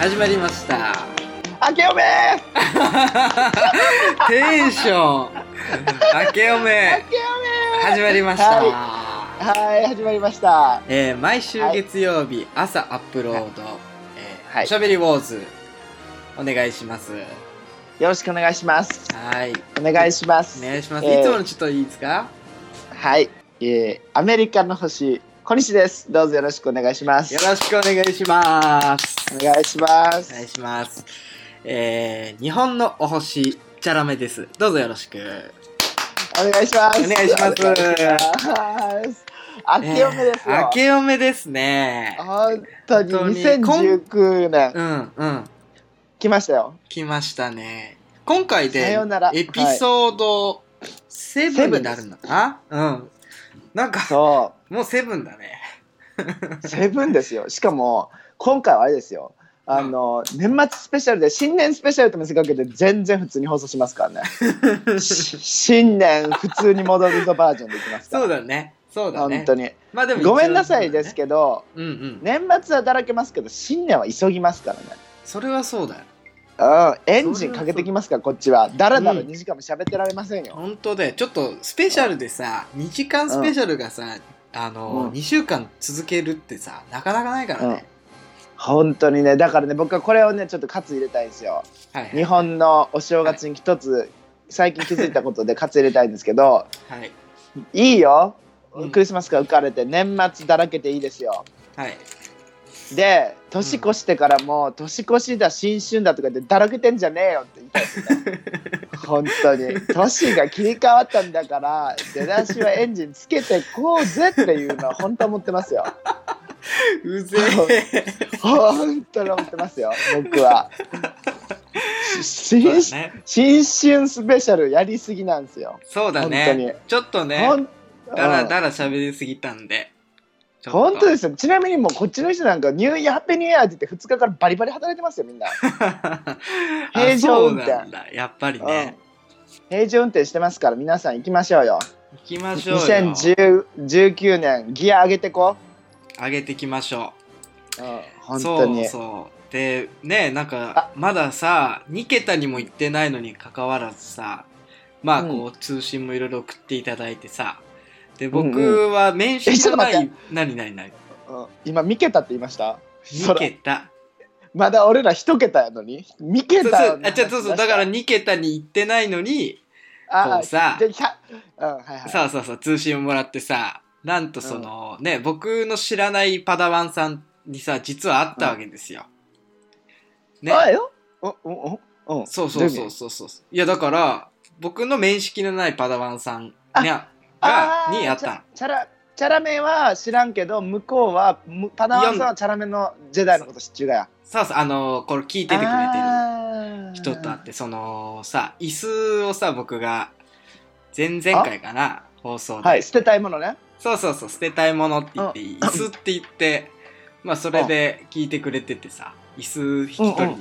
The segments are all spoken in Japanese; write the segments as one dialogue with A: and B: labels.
A: 始まりました。
B: 明けおめ
A: テンション。明けおめ
B: 明。けおめ
A: 始まりました。
B: はい、始まりました。
A: えー毎週月曜日、朝アップロード、えー
B: はい
A: おしゃべりウォーズ、お願いします。は
B: よろしくお願いします。
A: い。
B: お願いします。
A: お願いします。
B: えー
A: いつものちょっといいですか
B: はい、えーアメリカの星、小西です。どうぞよろしくお願いします。
A: よろしくお願いします。
B: お願いしま
A: お願い
B: す。
A: します。えー日本のお星、チャラメです。どうぞよろしく。
B: お願いします。
A: お願いします
B: お願いします。明けおめですよ。
A: えー明けおめですね。
B: 本当に
A: 本当に
B: 2019年
A: うんうん。
B: 来ましたよ。
A: 来ましたね。今回
B: さ
A: で
B: よなら
A: エピソード7になるのかな、うん。なんか、
B: そ
A: もう7だ ね。
B: う、セブンですよ。しかも今回はあれですよ。あの年末スペシャルで新年スペシャルと見せかけて全然普通に放送しますからね。し新年普通に戻るぞバージョンでいきますか
A: そう
B: ら
A: だね。そうだね
B: 本。当に
A: まあでも、
B: ごめんなさいです
A: ど。
B: けど
A: うんうん。
B: 年末はだらけますけど新年は急ぎますから
A: それはそうだよ。
B: ねうんエンジンかけてきますからこっちはだらだら
A: うん
B: 2時間も喋ってられませんよ、
A: 本当で、ちょっとスペシャルでさ、2時間スペシャルがさ、あの、
B: うん
A: 2週間続けるってさ、なかなかないからね。
B: 本当にねだからね僕はこれをねちょっと喝入れたいんですよ
A: はいはい。
B: 日本のお正月に一つ最近気づいたことで 喝入れたいんですけど
A: はい。
B: いいよ
A: うん
B: クリスマスが浮かれて年末だらけていいですよ
A: はい。
B: で年越してからもう年越しだ新春だとか言ってだらけてんじゃねえよって言いたいですね 本当に年が切り替わったんだから出だしはエンジンつけてこうぜっていうのは本当は思ってますよ
A: うぜ え。
B: 本当に思ってますよ僕はし
A: そう
B: 新
A: だね。
B: 新春スペシャルやりすぎなんですよ、
A: そうだね。ちょっとね
B: ほ。ん
A: だら
B: うん
A: だら喋りすぎたんで。ちょっと
B: 本当 ですよちなみにもうこっちの人なんかニューイヤーハッピーニューイヤーって言って2日からバリバリ働いてますよみんな
A: 平常
B: 平常
A: 運
B: 運
A: 転
B: 転
A: なんだやっぱりね、
B: うん、平常運転してますから皆さん行きましょうよ
A: 行きましょうよ
B: 2019年ギア上げてこ
A: 上げてきましょ
B: う、
A: う
B: 本当に
A: そうそうでねなんかまださ2桁にも行ってないのにかかわらずさまあこう、通信もいろいろ送っていただいてさで僕は面
B: えち
A: 識
B: ょ
A: の
B: っと待
A: な
B: っ
A: い、
B: て
A: 何何何
B: うん今ミケタって言いました
A: 2桁
B: まだ俺ら一桁やのにミケ
A: そう
B: タ
A: そ
B: やの
A: う
B: に
A: あちょそうそうだから2桁に行ってないのにこ
B: あ
A: うさ
B: じゃひゃうんはいはい
A: そうそうそう通信をもらってさなんとその、ね僕の知らないパダワンさんにさ実は会ったわけですよ、ね
B: あよおおおお
A: そうそうそう
B: どいう意味
A: そうそういやだから僕の面識のないパダワンさんに
B: あ
A: が
B: あー
A: に会った
B: チャチャラチャラメは知らんけど向こうはむパナワンさんはチャラメのジェダイのこと知っちゅうがや
A: そうそうあのこれ聞いててくれてる
B: あー
A: 人と会ってそのさ椅子をさ僕が前々回かな放送で、
B: はい捨てたいものね
A: そうそうそう捨てたいものって言って椅子って言ってまあそれで聞いてくれててさ椅子一人
B: うん
A: に
B: うん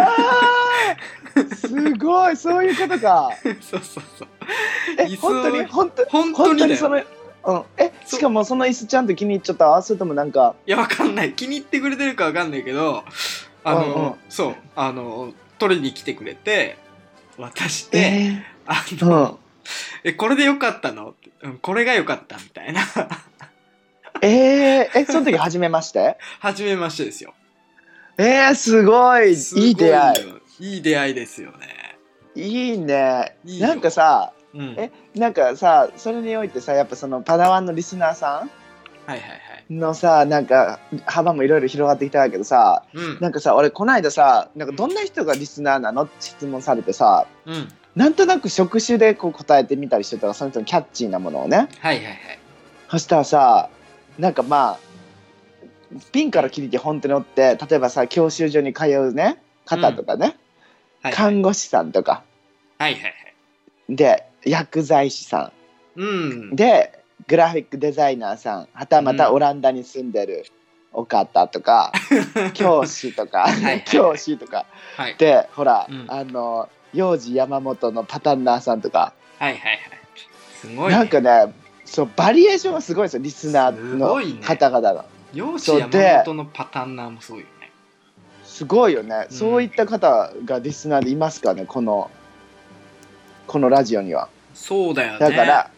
B: あーすごいそういうことか
A: そうそうそう。
B: え本当に本当
A: 本当
B: 本
A: に
B: 当
A: だ
B: にそ
A: よ。
B: の
A: い
B: うんえ
A: そう
B: しかもその椅子ちゃんと気に入っちゃったあそれともなんか
A: や、わかんない。気に入ってくれてるかわかんないけど、あの、
B: うんうん
A: そう、あの、取りに来てくれて、渡して、あ
B: え
A: の、
B: ーうん
A: え、これでよかったのってうん、これがよかったみたいな。
B: えー、えその時初めまして
A: 初めましてですよ。
B: えー、すごい
A: すご
B: いい出会
A: よ。いい出会いですよね。
B: いいいね
A: いいよ
B: なんかさ
A: うん。
B: えなんかさそれにおいてさやっぱそのパダワンのリスナーさ
A: はいはいはい。
B: んのさなんか幅もいろいろ広がってきたんだけどさ
A: うん。
B: なんかさ俺こないださなんかどんな人がリスナーなのって質問されてさ
A: うん。
B: なんとなく職種でこう答えてみたりしてたらその人のキャッチーなものをね
A: はいはいはい。
B: そしたらさなんかまあピンから切りて本当におって例えばさ教習所に通うね方とかね、
A: はいはい
B: 看護師さんとか
A: はいはいはい。
B: で薬剤師さ
A: うん
B: ん。でグラフィックデザイナーさんはたま
A: う
B: た
A: ん
B: オランダに住んでるお方と か、教師とか
A: いはいはい
B: 教師とか
A: はい。
B: でほら、
A: うん
B: あの幼児山本のパタンナーさんとか、
A: はいはいはい。すごい、ね。
B: なんかねそうバリエーションがすごいですよリスナー
A: すご
B: の
A: いね
B: 方々の
A: 容
B: そ
A: 姿
B: うで
A: 山本のパターンナーもすごいよね。
B: すごいよね、
A: うん
B: そういった方がリスナーでいますかねこのこのラジオには
A: そうだよね。
B: だから、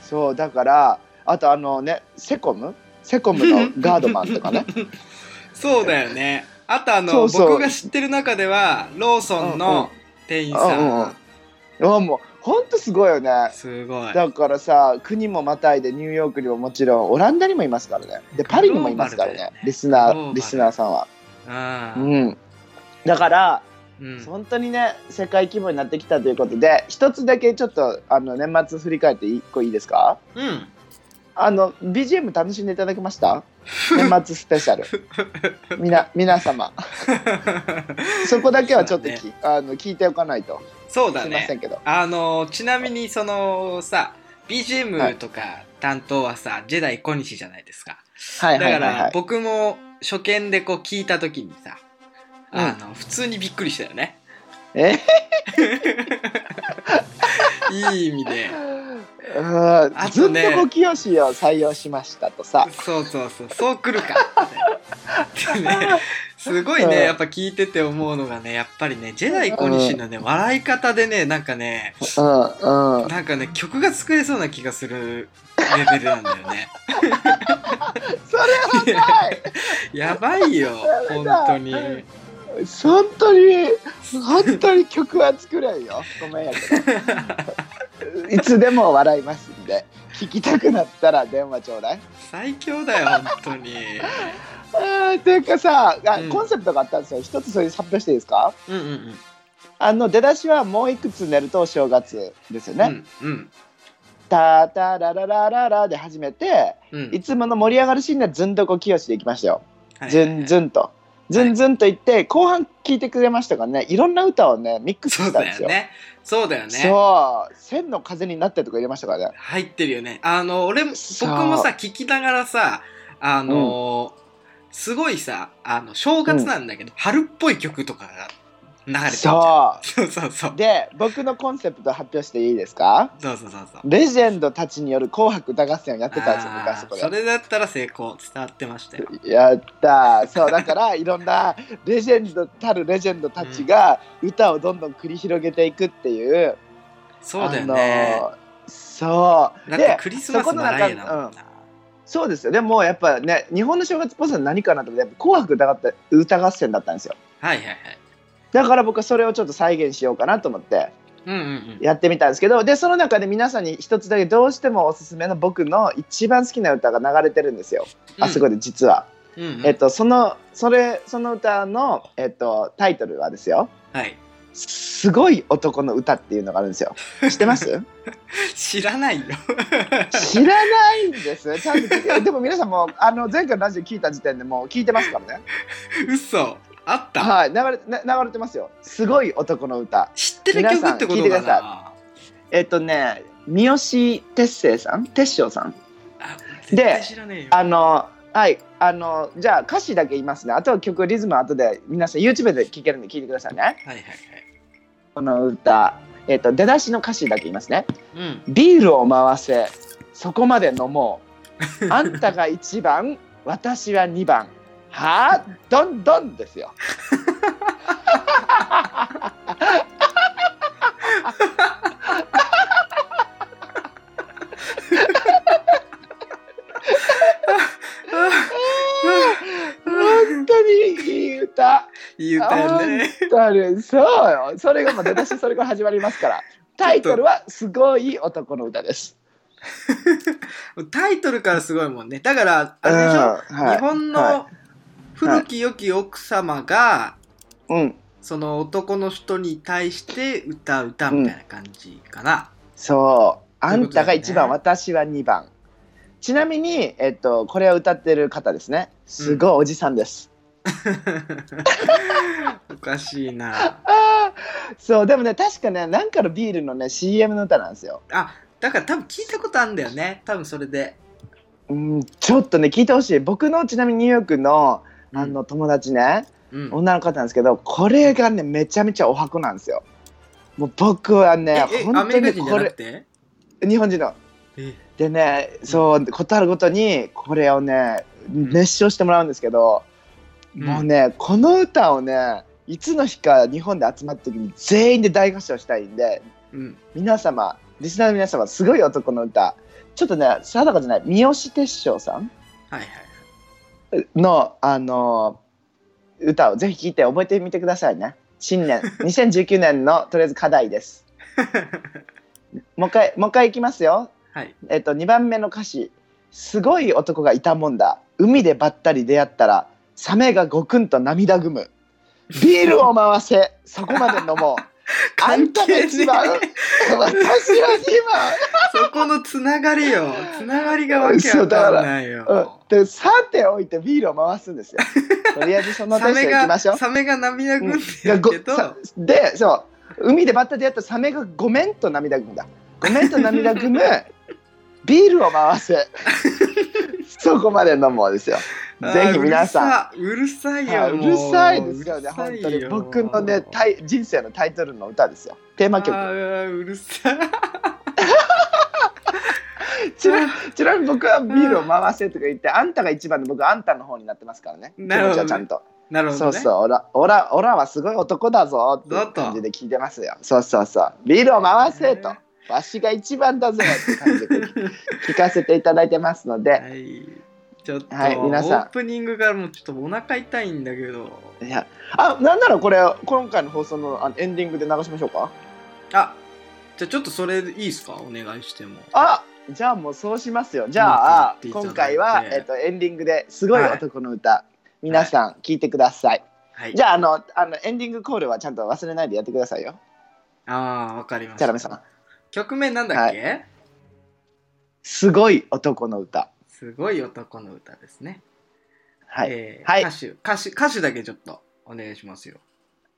B: そうだからあとあのねセコムセコム のガードマンとかね
A: そうだよね。あとあの
B: そうそう
A: 僕が知ってる中ではローソンの店員さん、
B: うんうんあもうほんとすごいよね
A: すごい。
B: だからさ国もまたいでニューヨークにももちろんオランダにもいますからねでパリにもいますから
A: グローバルだよ
B: ね
A: ね
B: リスナ
A: グローバ
B: ー
A: ル
B: リスナーさんは
A: う。
B: うんんだから
A: うん。
B: 本当にね世界規模になってきたということで一つだけちょっとあの年末振り返って一個いいですか
A: うん。
B: あの BGM 楽しんでいただけました 年末スペシャルみな皆様そこだけはちょっとき、
A: そ
B: あの聞いておかないと
A: そうだ
B: すいませ
A: ね。
B: んけど、
A: あのちなみにそのさ
B: は
A: BGM
B: い
A: とか担当はさ、ジェダイ小西じゃないですか。
B: はいはい
A: だか
B: はいは
A: ら
B: い
A: 僕も初見でこう聞いた時にさ、
B: うん
A: あの普通にびっくりしたよね。
B: え
A: いい意味で。
B: うん
A: あ
B: ず
A: と
B: っ
A: ね
B: とご清しを採用しました とさ
A: そうそうそうそう来るかってねすごいねやっぱ聞いてて思うのがねやっぱりねジェダイ小西のね笑い方でねなんかね
B: うんうん
A: なんかね曲が作れそうな気がするレベルなんだよね
B: それは
A: やばいよ
B: ダメ
A: 本
B: だ
A: 当に
B: ない本当に本当に曲は作れんよごめんや けどいつでも笑いますんで聞きたくなったら電話ちょうだい
A: 最強だよ本当に
B: あーていうかさあ、
A: うん
B: コンセプトがあったんですよ一つそれ発表していいですか
A: うんうんうん
B: あの出だしはもういくつ寝るとお正月ですよね、
A: うん
B: タタラララララで始めて
A: うんうん
B: いつもの盛り上がるシーンでずんどこ清しでいきましたよ、
A: はい
B: ずんずんとずんずんと言って後半聞いてくれましたからねいろんな歌をねミックス
A: そう
B: したん
A: だ
B: です
A: よ
B: よ
A: ねそうだよね
B: そう「千の風になって」とか入れましたからね
A: 入ってるよねあの俺も
B: そ
A: 僕
B: う
A: もさ聞きながらさあのーすごいさあの正月なんだけど、春っぽい曲とかが流れてるじゃん
B: そ
A: そうそうそう
B: うで僕のコンセプト発表していいですか
A: そうそうそうそう
B: レジェンドたちによる「紅白歌合戦」をやってたんですよ
A: あー
B: 昔そこで
A: それだったら成功伝わってましたよ
B: やったーそうだからいろんな レジェンドたるレジェンドたちが歌をどんどん繰り広げていくっていう、
A: そうだよね、
B: あのーそう
A: だってクリスマ
B: そ
A: ス
B: この
A: マラ
B: 中
A: イアだもんな、
B: そうですよでもやっぱね日本の正月っぽさは何かなと思ってやっぱ紅白歌合戦歌合戦だったんですよ
A: はいはいはい
B: だから僕はそれをちょっと再現しようかなと思って
A: うんうんうん
B: やってみたんですけどでその中で皆さんに一つだけどうしてもおすすめの僕の一番好きな歌が流れてるんですよ、あそこで実は、
A: うんうんうん
B: えっとそのそれその歌の、えっと、タイトルはですよ
A: はい
B: すごい男の歌っていうのがあるんですよ。知ってます
A: 知らないよ
B: 知らないんです。ちゃんと聞いてでも皆さんもあの前回のラジオ聞いた時点でもう聞いてますからね。
A: 嘘あった、
B: はい、流れな流れてますよ。すごい男の歌。
A: 知ってる曲ってことか
B: 皆さん
A: な
B: えっとね、三好哲生さん、哲生さん。
A: あ絶
B: で
A: 対知らねえよ
B: あのはい、あのじゃあ歌詞だけ言いますね。あとは曲リズムは後で皆さん YouTube で聞けるんで聞いてくださいね。
A: はいはいはい
B: この歌、えっと出だしの歌詞だけ言いますね。
A: うん
B: ビールを回せそこまで飲も うあんたが1番私は2番はあどんどんですよ本当にいい歌
A: 言うたよね。
B: だねそうよそれがもう出だしそれから始まりますからタイトルは「すごい男の歌」です。
A: タイトルからすごいもんね。だから、あ
B: うん
A: れでしょ、
B: はい
A: 日本
B: は
A: の古き良き奥様が、
B: いうん、
A: その男の人に対して歌う歌みたいな感じかな。
B: そうあんたが
A: ということ
B: 1
A: だよ
B: 番、
A: ね
B: 私は2番ちなみに、えっと、これを歌ってる方ですねすごいおじさんです、
A: おかしいな
B: そうでもね確かねなんかのビールのね CM の歌なんですよ
A: あだから多分聞いたことあるんだよね多分それで
B: うんちょっとね聞いてほしい僕のちなみにニューヨークのあの友達ね、
A: うん、うん、
B: 女の方なんですけどこれがねめちゃめちゃお箱なんですよもう僕は
A: え
B: ね
A: えア
B: 本
A: メ
B: 当
A: リカ人じゃ
B: にこ
A: なく
B: れ
A: て
B: 日本人の
A: え
B: でねそうことあるごとにこれをね熱唱してもらうんですけど、
A: うん
B: もうねこの歌をねいつの日か日本で集まった時に全員で大合唱したいんで
A: うん
B: 皆様リスナーの皆様すごい男の歌ちょっとね定かじゃない三好鉄章さん
A: はいはい
B: のあの歌をぜひ聴いて覚えてみてくださいね新 年2019年のとりあえず課題ですもう一回もう一回いきますよ
A: はい
B: えっと、2番目の歌詞「すごい男がいたもんだ海でばったり出会ったらサメがごくんと涙ぐむビールを回せそこまで飲もうあん
A: 関
B: たが
A: 係
B: 一
A: ね
B: 番私は
A: そこのつながりよつながりがわけわかんない
B: 2番、
A: よ
B: うん、でさておいてビールを回すんですよとりあえずその
A: サ
B: テス
A: メ
B: トいきま
A: が
B: しょう
A: サメが涙ぐんで
B: が
A: る
B: ご
A: けど、
B: さでそう海でバッタでやったサメがごめんと涙ぐんだごめんと 涙ぐむビールを回せそこまで飲もうですよ
A: あー
B: ぜひ皆さん
A: うるさいうる
B: は
A: さい
B: い
A: よ
B: う
A: も
B: るさいですよ
A: う
B: ね
A: る
B: 本
A: さ
B: 当
A: い
B: に
A: よ
B: 僕のねタイ人生のタイトルの歌ですよテーマ曲
A: あーうるさい
B: ちなちなみに僕はビールを回せとか言ってあんたが一番で僕はあんたの方になってますからね
A: なるほどね
B: 気持ちはちゃんと
A: なるほ
B: そ
A: ど
B: う
A: ね
B: そう、オラ、オラ、オラはすごい男だぞっていう感じで聞いてますよ。そうそうそう、ビールを回せと
A: へ、
B: わしが一番だぜって感じで 聞かせていただいてますので。
A: はいちょっと、
B: はい皆さん
A: オープニングからもうちょっとお腹痛いんだけど
B: いや、あ、なんならこれ、今回の放送のあのエンディングで流しましょうか。
A: あじゃあちょっとそれいいですかお願いしても
B: あ、じゃあもうそうしますよ。じゃあ、
A: うん
B: 今回は、
A: 聞いてい
B: えったと、エンディングですごい男の歌。皆さん聞いてください。
A: はい
B: じゃああのあのエンディングコールはちゃんと忘れないでやってくださいよ。
A: ああわかりまし
B: チャラ
A: た
B: メさん。
A: 曲名なんだっけ、
B: すごい男の歌。
A: すごい男の歌ですね、
B: はい。
A: えー
B: はい
A: 歌手歌手歌手だけちょっとお願いしますよ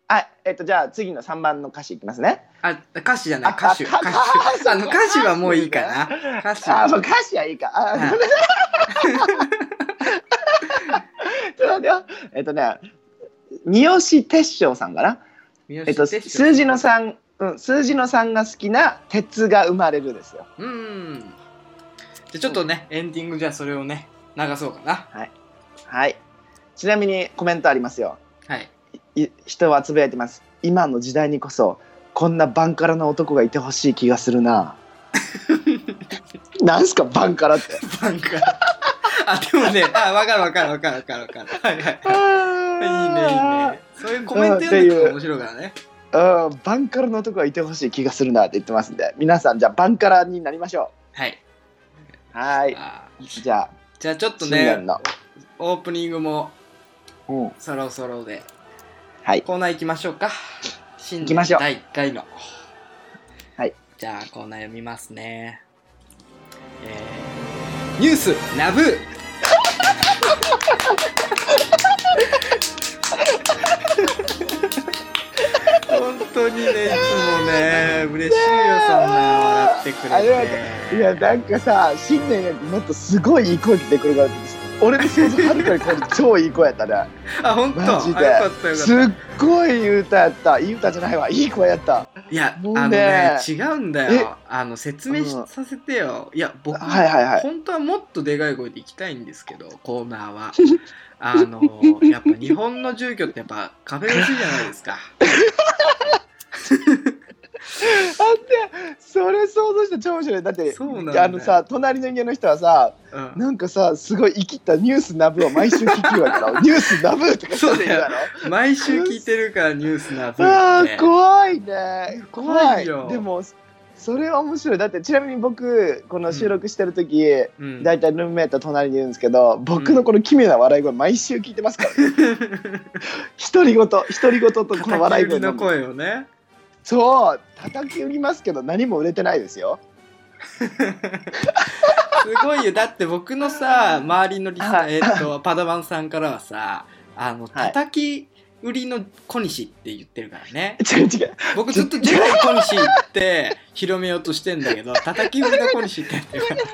B: あ、えっと、じゃあ次の3番の歌詞いきますね。
A: あ歌手じゃない
B: あ
A: 歌手歌
B: あ
A: 手
B: 歌手
A: あの歌手はもういいかな歌手
B: あ、もう歌詞はいいか。あ、
A: はい
B: ごめんなさい。ちょっと待ってよ。えっとね、三好鉄章さんかな。
A: 三好
B: えっと、
A: 哲司
B: 数字の3、うん、数字の3が好きな鉄が生まれるですよ。
A: うんじゃあちょっとね、エンディングじゃあそれをね流そうかな
B: はい。ちなみにコメントありますよ。
A: はい
B: い人はつぶやいてます。今の時代にこそ、こんなバンカラな男がいてほしい気がする な。なんすか、バンカラって。
A: バンカーあでもねあ分かる分かる分かる分かる分かるはいはいいいねいいねそういうコメント読んでくの面白いからね
B: うん、バンカラの男がいてほしい気がするなって言ってますんで皆さんじゃあバンカラになりましょ
A: はい、
B: うはい
A: あー
B: じゃあ
A: じゃあちょっと
B: 新
A: ね
B: 年の、
A: オープニングも
B: うん、
A: そろそろで
B: はい
A: コーナー行きましょうか新
B: 行きましょう
A: 第1回の
B: はい
A: じゃあコーナー読みますねえー、ニュースラブー本当にねいつもね嬉しいよそんな笑ってくれて
B: ありいやなんかさ新年よりもっとすごいいい声出てくるから俺の想像はるかにこれ超いい声やったね
A: あ本当
B: マジ
A: あよかった
B: で
A: よかっ
B: すっごいいい歌やったいい歌じゃないわいい声やった
A: たいや、
B: もうね
A: あのね違うんだ
B: え
A: よあの説明し
B: うん
A: させてよいや僕、
B: はいはいはい
A: 本当はもっとでかい声で行きたいんですけどコーナー はあのやっぱ日本の住居ってやっぱカフェ薄いじゃないですか
B: あってそれ想像して超面白いだって
A: そうなんだよ
B: あのさ隣の家の人はさ
A: うん
B: なんかさすごい生きったニュースナブを毎週聞きわけだろニュースナブとか言ってるだろ
A: 毎週聞いてるからニュースな
B: あ
A: 分
B: ー怖いね
A: 怖いよ
B: でもそれは面白いだってちなみに僕この収録してる時、
A: うん、
B: だいたいルームメイト隣にいるんですけど僕のこの奇妙な笑い声毎週聞いてま すから、ね独り言独り言とこの笑い
A: 叩き売り
B: 声
A: の声をね
B: そう叩き売りますけど何も売れてないですよ
A: すごいよだって僕のさ周りのリスナ
B: は
A: ーえっとパダワンさんからはさあの
B: はい
A: 叩き売りの小西って言ってるからね
B: 違う違う
A: 僕ずっとジェダイ小西って広めようとしてんだけど叩き売りの小西って言ってるから
B: だ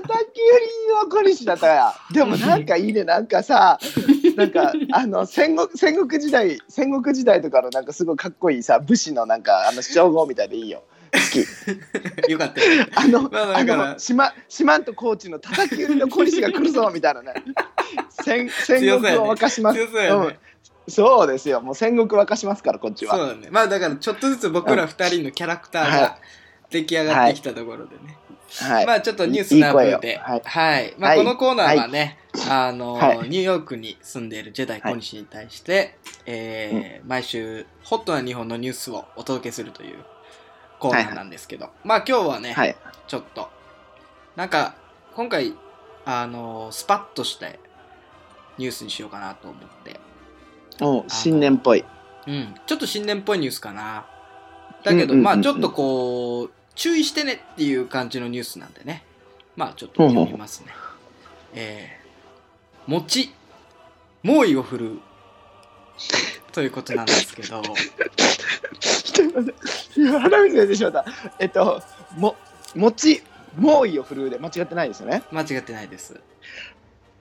B: 叩き売りの小西だったからでもなんかいいねなんかさなんかあの戦国戦国時代戦国時代とかのなんかすごいかっこいいさ武士のなんかあの称号みたいでいいよ好き
A: よかったよね
B: あの、
A: まあ
B: あ
A: だから
B: の島島んと高知の叩き売りの小西が来るぞみたい なね戦戦
A: 強そう
B: 国
A: やね
B: を沸かします
A: 強そうやね、
B: うんそうですよもう戦国沸かしますからこっち
A: そう
B: は
A: だねまあだからちょっとずつ僕ら二人のキャラクター
B: は
A: が出来上がってきたところでね、
B: はい、
A: まあちょっとニュースな部
B: いい
A: で
B: 声よは
A: はいい、まあ、
B: はい
A: このコーナーはね、あの、
B: はい
A: ニューヨークに住んでいるジェダイ小西に対して、えー毎週ホットな日本のニュースをお届けするというコーナーなんですけど、まあ今日はね、
B: はい
A: ちょっとなんか今回あのスパッとしてニュースにしようかなと思って、
B: うん新年っぽい
A: うん、ちょっと新年っぽいニュースかなだけど、
B: うんうんうんうん
A: まあちょっとこう注意してねっていう感じのニュースなんでねまあちょっと読みますね、えー、餅猛威を振 るうということなんですけど
B: ちょっと待って今鼻水が出てしまった。えっと、も、もち、猛威を振るうで間違ってないですよね。
A: 間違ってないです、は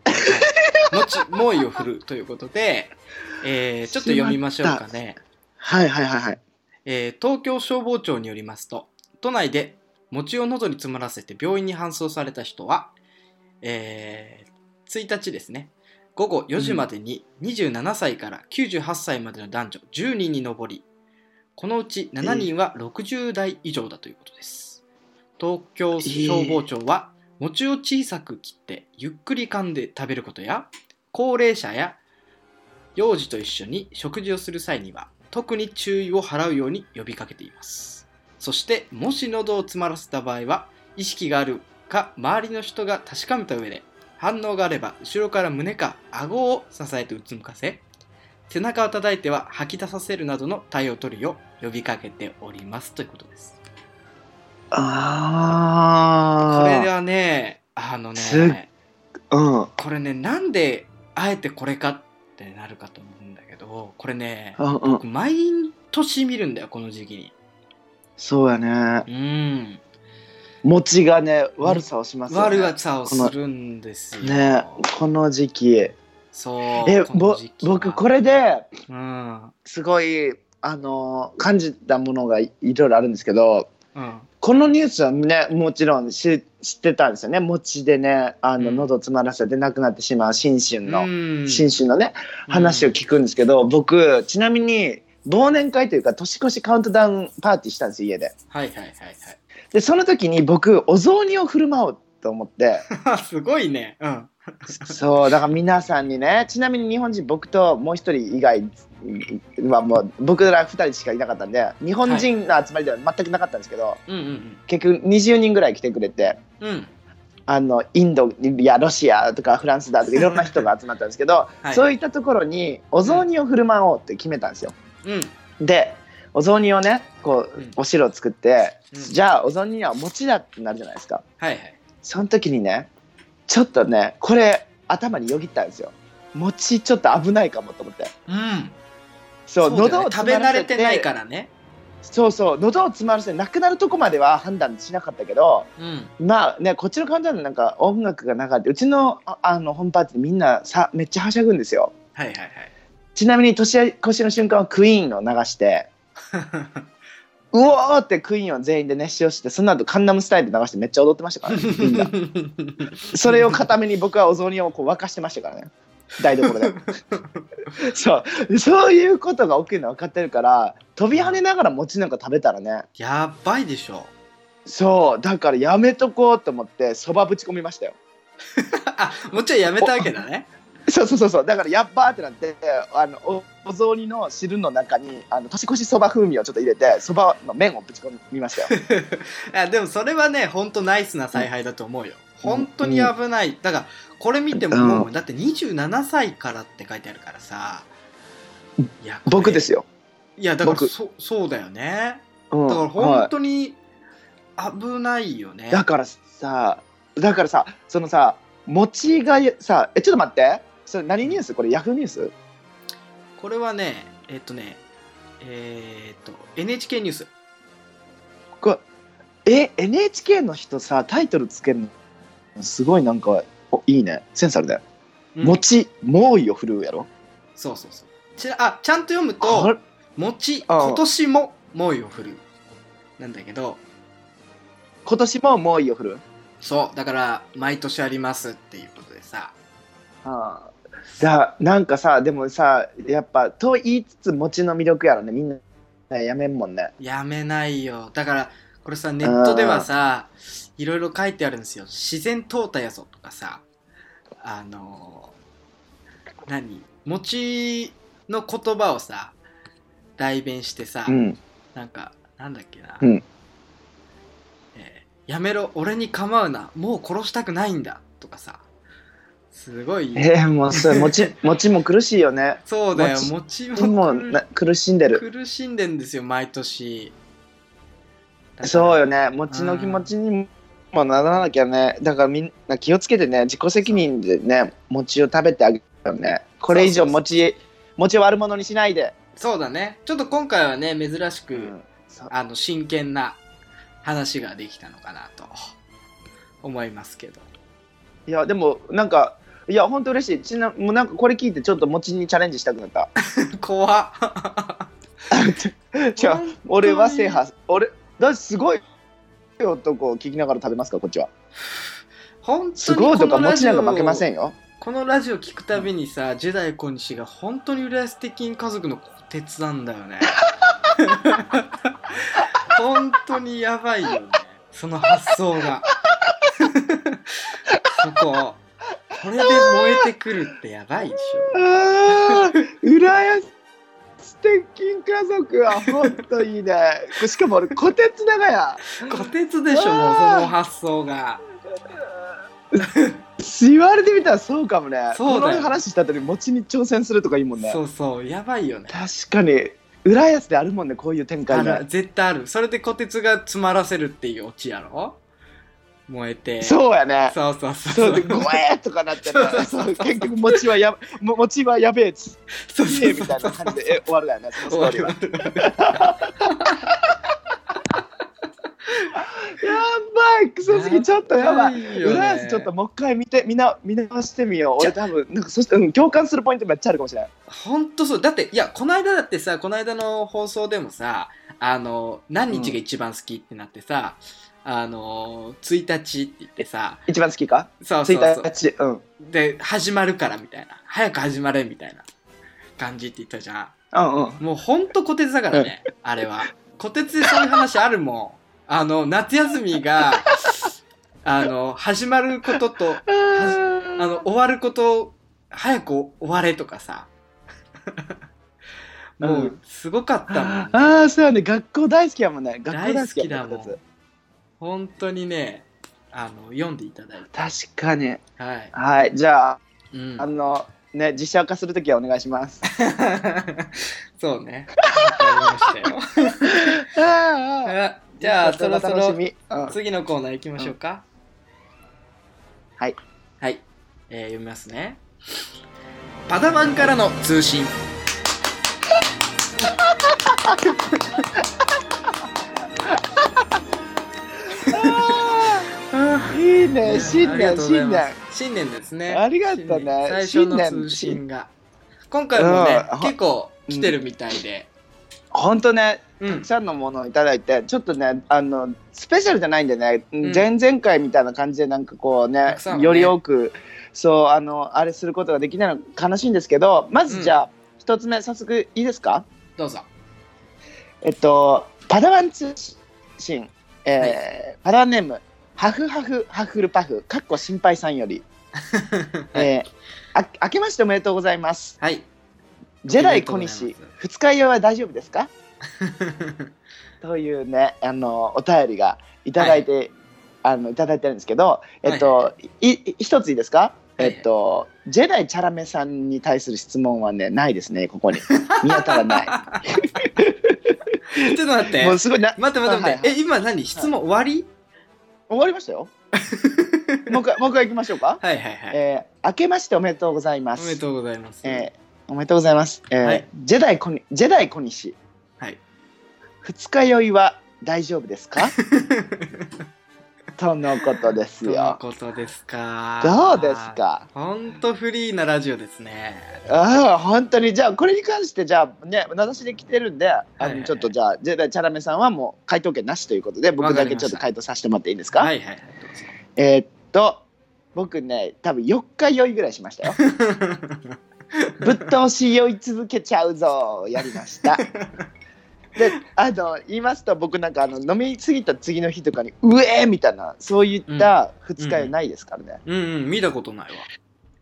A: い、餅猛威を振るうということで、えー、ちょっと読みましょうかね
B: はいはいはいはい。
A: えー東京消防庁によりますと都内で餅を喉に詰まらせて病院に搬送された人は、えー1日ですね午後4時までに27歳から98歳までの男女10人に上りこのうち7人は60代以上だということです、東京消防庁は餅を小さく切ってゆっくり噛んで食べることや高齢者や幼児と一緒に食事をする際には特に注意を払うように呼びかけていますそしてもし喉を詰まらせた場合は意識があるか周りの人が確かめた上で反応があれば後ろから胸か顎を支えてうつむかせ背中を叩いては吐き出させるなどの対応を取るよう呼びかけておりますということですこれ
B: あ
A: はねあの
B: すっ
A: ね
B: あ。うん。
A: これねなんであえてこれかってなるかと思うんだけどこれね
B: うんうん
A: 僕。毎年見るんだよこの時期に
B: そうやね。
A: うん
B: もちがね、悪さをしますよ、ね。
A: 悪さをするんですよ
B: ね、この時期。
A: そう
B: え、
A: この
B: ぼ
A: 時、期は
B: 僕これで、
A: うん
B: すごい、あの、感じたものがいいろいろあるんですけど。
A: うん
B: このニュースはねもちろん知知ってたんですよね餅でねあの、
A: うん
B: 喉詰まらせて亡くなってしまう新春の、
A: うん
B: 新春のね話を聞くんですけど、僕ちなみに忘年会というか年越しカウントダウンパーティーしたんですよ家で
A: はいはいはいはい
B: でその時に僕お雑煮を振る舞おうと思って
A: あすごい ね。うん。
B: そうだから皆さんにねちなみに日本人僕ともう一人以外はもう僕ら二人しかいなかったんで日本人の集まりでは全くなかったんですけど、
A: うんうん
B: 結局20人ぐらい来てくれて。
A: うん。うん。
B: あのインドやロシアとかフランスだとかいろんな人が集まったんですけど、
A: はい
B: そういったところにお雑煮を振る舞おうって決めたんですよ。
A: うん。
B: でお雑煮をねこう、
A: うん
B: お汁を作って、
A: うん
B: じゃあお雑煮には餅だってなるじゃないですか
A: はいはい。
B: その時にねちょっとねこれ頭によぎったんですよ餅ちょっと危ないかもと思って
A: うん。
B: そう
A: だよね
B: 喉を
A: 食
B: 詰
A: べ
B: まら
A: 慣
B: せ
A: れ
B: て
A: てないからね。
B: そうそう喉を詰まらせてなくなるとこまでは判断しなかったけど、
A: うん。
B: まあねこっちの簡単ななんか音楽が流れてうちのああの本パーティーみんなさめっちゃはしゃぐんですよ
A: はいはい
B: ちなみに年越しの瞬間はクイーンを流して
A: は。
B: うおーってクイーンを全員で熱唱してその後カンナムスタイル流してめっちゃ踊ってましたから、ね、みんないそれを固めに僕はお雑煮をこう沸かしてましたからね台 所でそうそういうことが起きるの分かってるから飛び跳ねながら餅なんか食べたらね
A: やばいでしょ。
B: そうだからやめとこうと思ってそばぶち込みましたよ
A: あ、もちろんやめたわけだね。
B: そうそうそうそうだからやっばーってなってあのおお雑煮の汁の中にあの年越しそば風味をちょっと入れてそばの麺をぶち込みましたよ
A: あでもそれはね、ほんとナイスな采配だと思うよ。
B: うん
A: 本当に危ない。だから、これ見てももう、だって27歳からって書いてあるからさ。いや
B: 僕です
A: よ。
B: よ、
A: いや、だから
B: 僕
A: そ、そうだよね。
B: うん
A: だから
B: は
A: 本
B: い
A: 当に危ないよね。
B: だからさだからさそのさ餅がさえちょっと待ってそれ何ニュースこれヤフーニュース
A: これはねえっとねえーっと NHK ニュース
B: こえ NHK の人さタイトルつけるのすごいなんかおいいねセンサルだよ「
A: うん
B: 餅猛威を振るう」やろ
A: そうそうそうちあちゃんと読む
B: ことれ
A: 「餅
B: ああ
A: 今年も猛威を振るう」なんだけど
B: 今年も猛威を振るう
A: そうだから毎年ありますっていうことでさ
B: あーだなんかさでもさやっぱと言いつつ餅の魅力やろねみんなやめんもんね
A: やめないよだからこれさネットではさいろいろ書いてあるんですよ自然淘汰やぞとかさあのー何餅の言葉をさ代弁してさ、
B: うん
A: なんかなんだっけな、
B: うん
A: えーやめろ俺に構うなもう殺したくないんだとかさすごい
B: えー、もうそれ 餅餅も苦しいよね
A: そうだよ餅
B: 餅もな苦しんでる
A: 苦しんでんですよ毎年
B: そう
A: よ
B: よね餅の気持ちにもならなきゃねだからみんな気をつけてね自己責任でね餅を食べてあげるよねこれ以
A: そ
B: 上
A: うそう
B: 餅餅を悪者にしないで、
A: そうだねちょっと今回はね珍しく、
B: そう
A: あの真剣な話ができたのかなと思いますけど
B: いやでもなんかいや本当嬉しいちなもうなんかこれ聞いてちょっと餅にチャレンジしたくなった
A: 怖っ
B: 違う俺は制覇俺だってすごい男を聞きながら食べますからこっちは
A: 本当
B: す
A: に
B: ごい
A: こ
B: とか
A: のラ
B: 餅
A: ジ
B: な
A: オ
B: んか負けませんよ
A: このラジオ聞くたびにさ、ジェダイ小西が本当に浦安鉄筋家族の虎鉄なんだよね本当にやばいよねその発想がそここれで燃えてくるってやばいでし
B: あー浦安鉄筋家族はほんといいねこれしかも俺虎鉄だがや
A: ょ虎鉄でしょもうその発想が
B: 言われてみたらそうかもね
A: そうだよ
B: この話した後に餅に挑戦するとかいいもんね
A: そうそうやばいよね
B: 確かに浦安であるもんねこういう展
A: あ
B: 開
A: ら
B: が
A: 絶対あるそれで虎鉄が詰まらせるっていうオチやろ燃えて
B: そうやね
A: そうそうそう
B: そうで「ごえ!」とかなってね
A: そうそうそう
B: そう結局餅はやも餅はやべえつ
A: そう
B: い
A: そう
B: みたいな感じでえ終わるだよねそのス
A: 終
B: ト
A: わ
B: ーリ
A: り
B: ーは
A: は
B: やばいクソすぎちょっとやばい
A: いよね
B: 浦安ちょっともう一回見て見な見直してみよう
A: じゃ
B: 俺多分なんかそして、うん、共感するポイントめっちゃあるかもしれない
A: ほんとそうだっていやこの間だってさこの間の放送でもさあの何日が一番好きってなってさ、あの1日って言ってさ
B: 一番好きか
A: そうそうそ
B: 1
A: う
B: 日うん
A: で始まるからみたいな早く始まれみたいな感じって言ったじゃ
B: うんう
A: ん
B: ん
A: もうほんと虎鉄だからねあれは虎鉄でそういう話あるもんあの夏休みがあの始まることとあの終わること早く終われとかさも
B: う
A: うんすごかったもん、
B: ああーそうやね学校大好きやもんね学校大好きや
A: 大好きだもん
B: こ
A: 本当にねあの読んでいただい
B: たつ確かに
A: てはい、
B: はいじゃあ
A: うん
B: あのね実写化するときはお願いします
A: そうねわかりまし
B: あー
A: た
B: あ ー
A: よあじゃあそ
B: 実
A: ろ
B: 写
A: そ
B: 化楽し
A: ろ
B: みうん
A: 次のコーナー行きましょうか、
B: はい
A: はい、えー読みますねパダワンからの通信
B: あーいいね新
A: ありが
B: 年
A: とうございま
B: 新年
A: す新年ですね
B: ありがとうね
A: 新年最初の
B: 新年
A: 通信が今回もね
B: うん
A: 結構来てるみたいで
B: ほんとね
A: うん、
B: たくさんのものをいただいてちょっとねあのスペシャルじゃないんでね、
A: ん
B: 前々回みたいな感じでなんかこう
A: た
B: ね
A: くさんはね
B: より多くそうあのあれすることができないの悲しいんですけどまずじゃあ一、つ目早速いいですか
A: ど うぞ
B: えっとパダワン通信、えーパダワンネームハフハフハッフルパフかっこ心配さんより、
A: はい、
B: えーあ明けましておめでとうございます
A: はい、
B: ジェダイ小西二日酔いは大丈夫ですかというねあのお便りがいただいて、あのいただいてるんですけど、えっと、、
A: はい
B: い一ついいですか、
A: はいはい
B: えっとジェダイチャラメさんに対する質問はねないですねここに見当た らな
A: ちょっと待って
B: いもうすごいな
A: 待って待って待って、
B: はいは
A: え今何質問終わり
B: 終わりまし たよもう一回もう一回行きましょうか、
A: はいはいはい、
B: えー明けましておめでとうございま
A: おめですとうございます、
B: えーおめでとうございます。えー
A: はい
B: ジェダイ小にジェダイ小西。
A: はい。
B: 二日酔いは大丈夫です か？とのことです
A: という
B: よ。
A: ことですか
B: どうですか？
A: ほんとフリーなラジオですね
B: ああ本当にじゃあこれに関してじゃあね名指しで来てるんで、あの
A: はいはい
B: ちょっとじゃあジェダイチャラメさんはもう回答権なしということで僕だけちょっと
A: わかりました
B: 回答させてもらっていいですか？
A: はいはい
B: えーっと僕ね多分4日酔いぐらいしましたよ。ぶっ通し酔い続けちゃうぞやりま した。であの言いますと僕なんかあの飲み過ぎた次の日とかに「うえ!」みたいなそういった二日酔いないですからね、
A: うんうん見たことない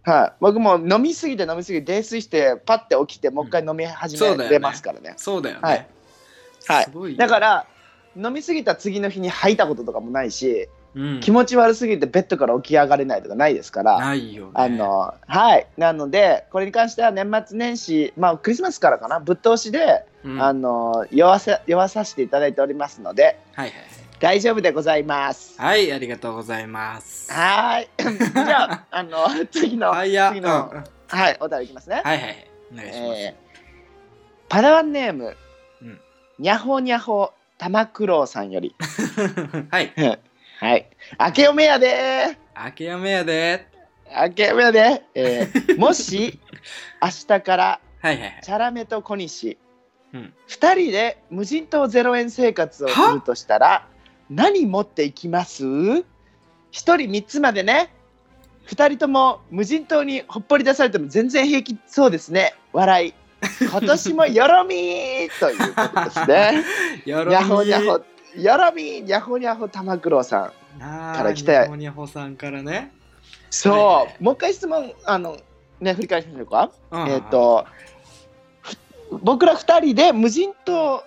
A: わ
B: はい、僕も飲み過ぎて飲み過ぎて泥酔してパッて起きてもう一回飲み始
A: そうだ
B: め
A: よ
B: れ
A: ね
B: ますからね,、
A: そうだよね
B: はいはい
A: すごいよ
B: だから飲み過ぎた次の日に吐いたこととかもないし、
A: うん
B: 気持ち悪すぎてベッドから起き上がれないとかないですから、
A: ないよね
B: あのはいなのでこれに関しては年末年始まあクリスマスからかなぶっ通しで、
A: うん
B: あの酔わせ酔わさせていただいておりますので
A: はいはい
B: 大丈夫でございます。
A: はいありがとうございます
B: はー いじゃああの次の、
A: は
B: はい、
A: いや
B: 次の
A: うん
B: お便りいきますね。
A: はいはいお願いします、
B: えーパラワンネーム、
A: うん
B: にゃほにゃほ玉九郎さんより
A: はい
B: はい明けおめやで
A: 明けやめやで
B: ー明けおめやでー、え ーもし明日から
A: はいはいはい
B: チャラメと小西、
A: うん
B: 二人で無人島ゼロ円生活をするとしたら何持っていきます一人三つまでね二人とも無人島にほっぽり出されても全然平気そうですね 笑い今年もよろみーということですね
A: よろ
B: にゃほにゃ
A: に
B: ほよろみーにゃほにゃほ玉九郎さん
A: か
B: から来た
A: ほにゃほさんからね。
B: そう、
A: はいはい
B: もう一回質問あのね振り返りましょうか
A: うん
B: えっ、と、ふ僕ら二人で無人島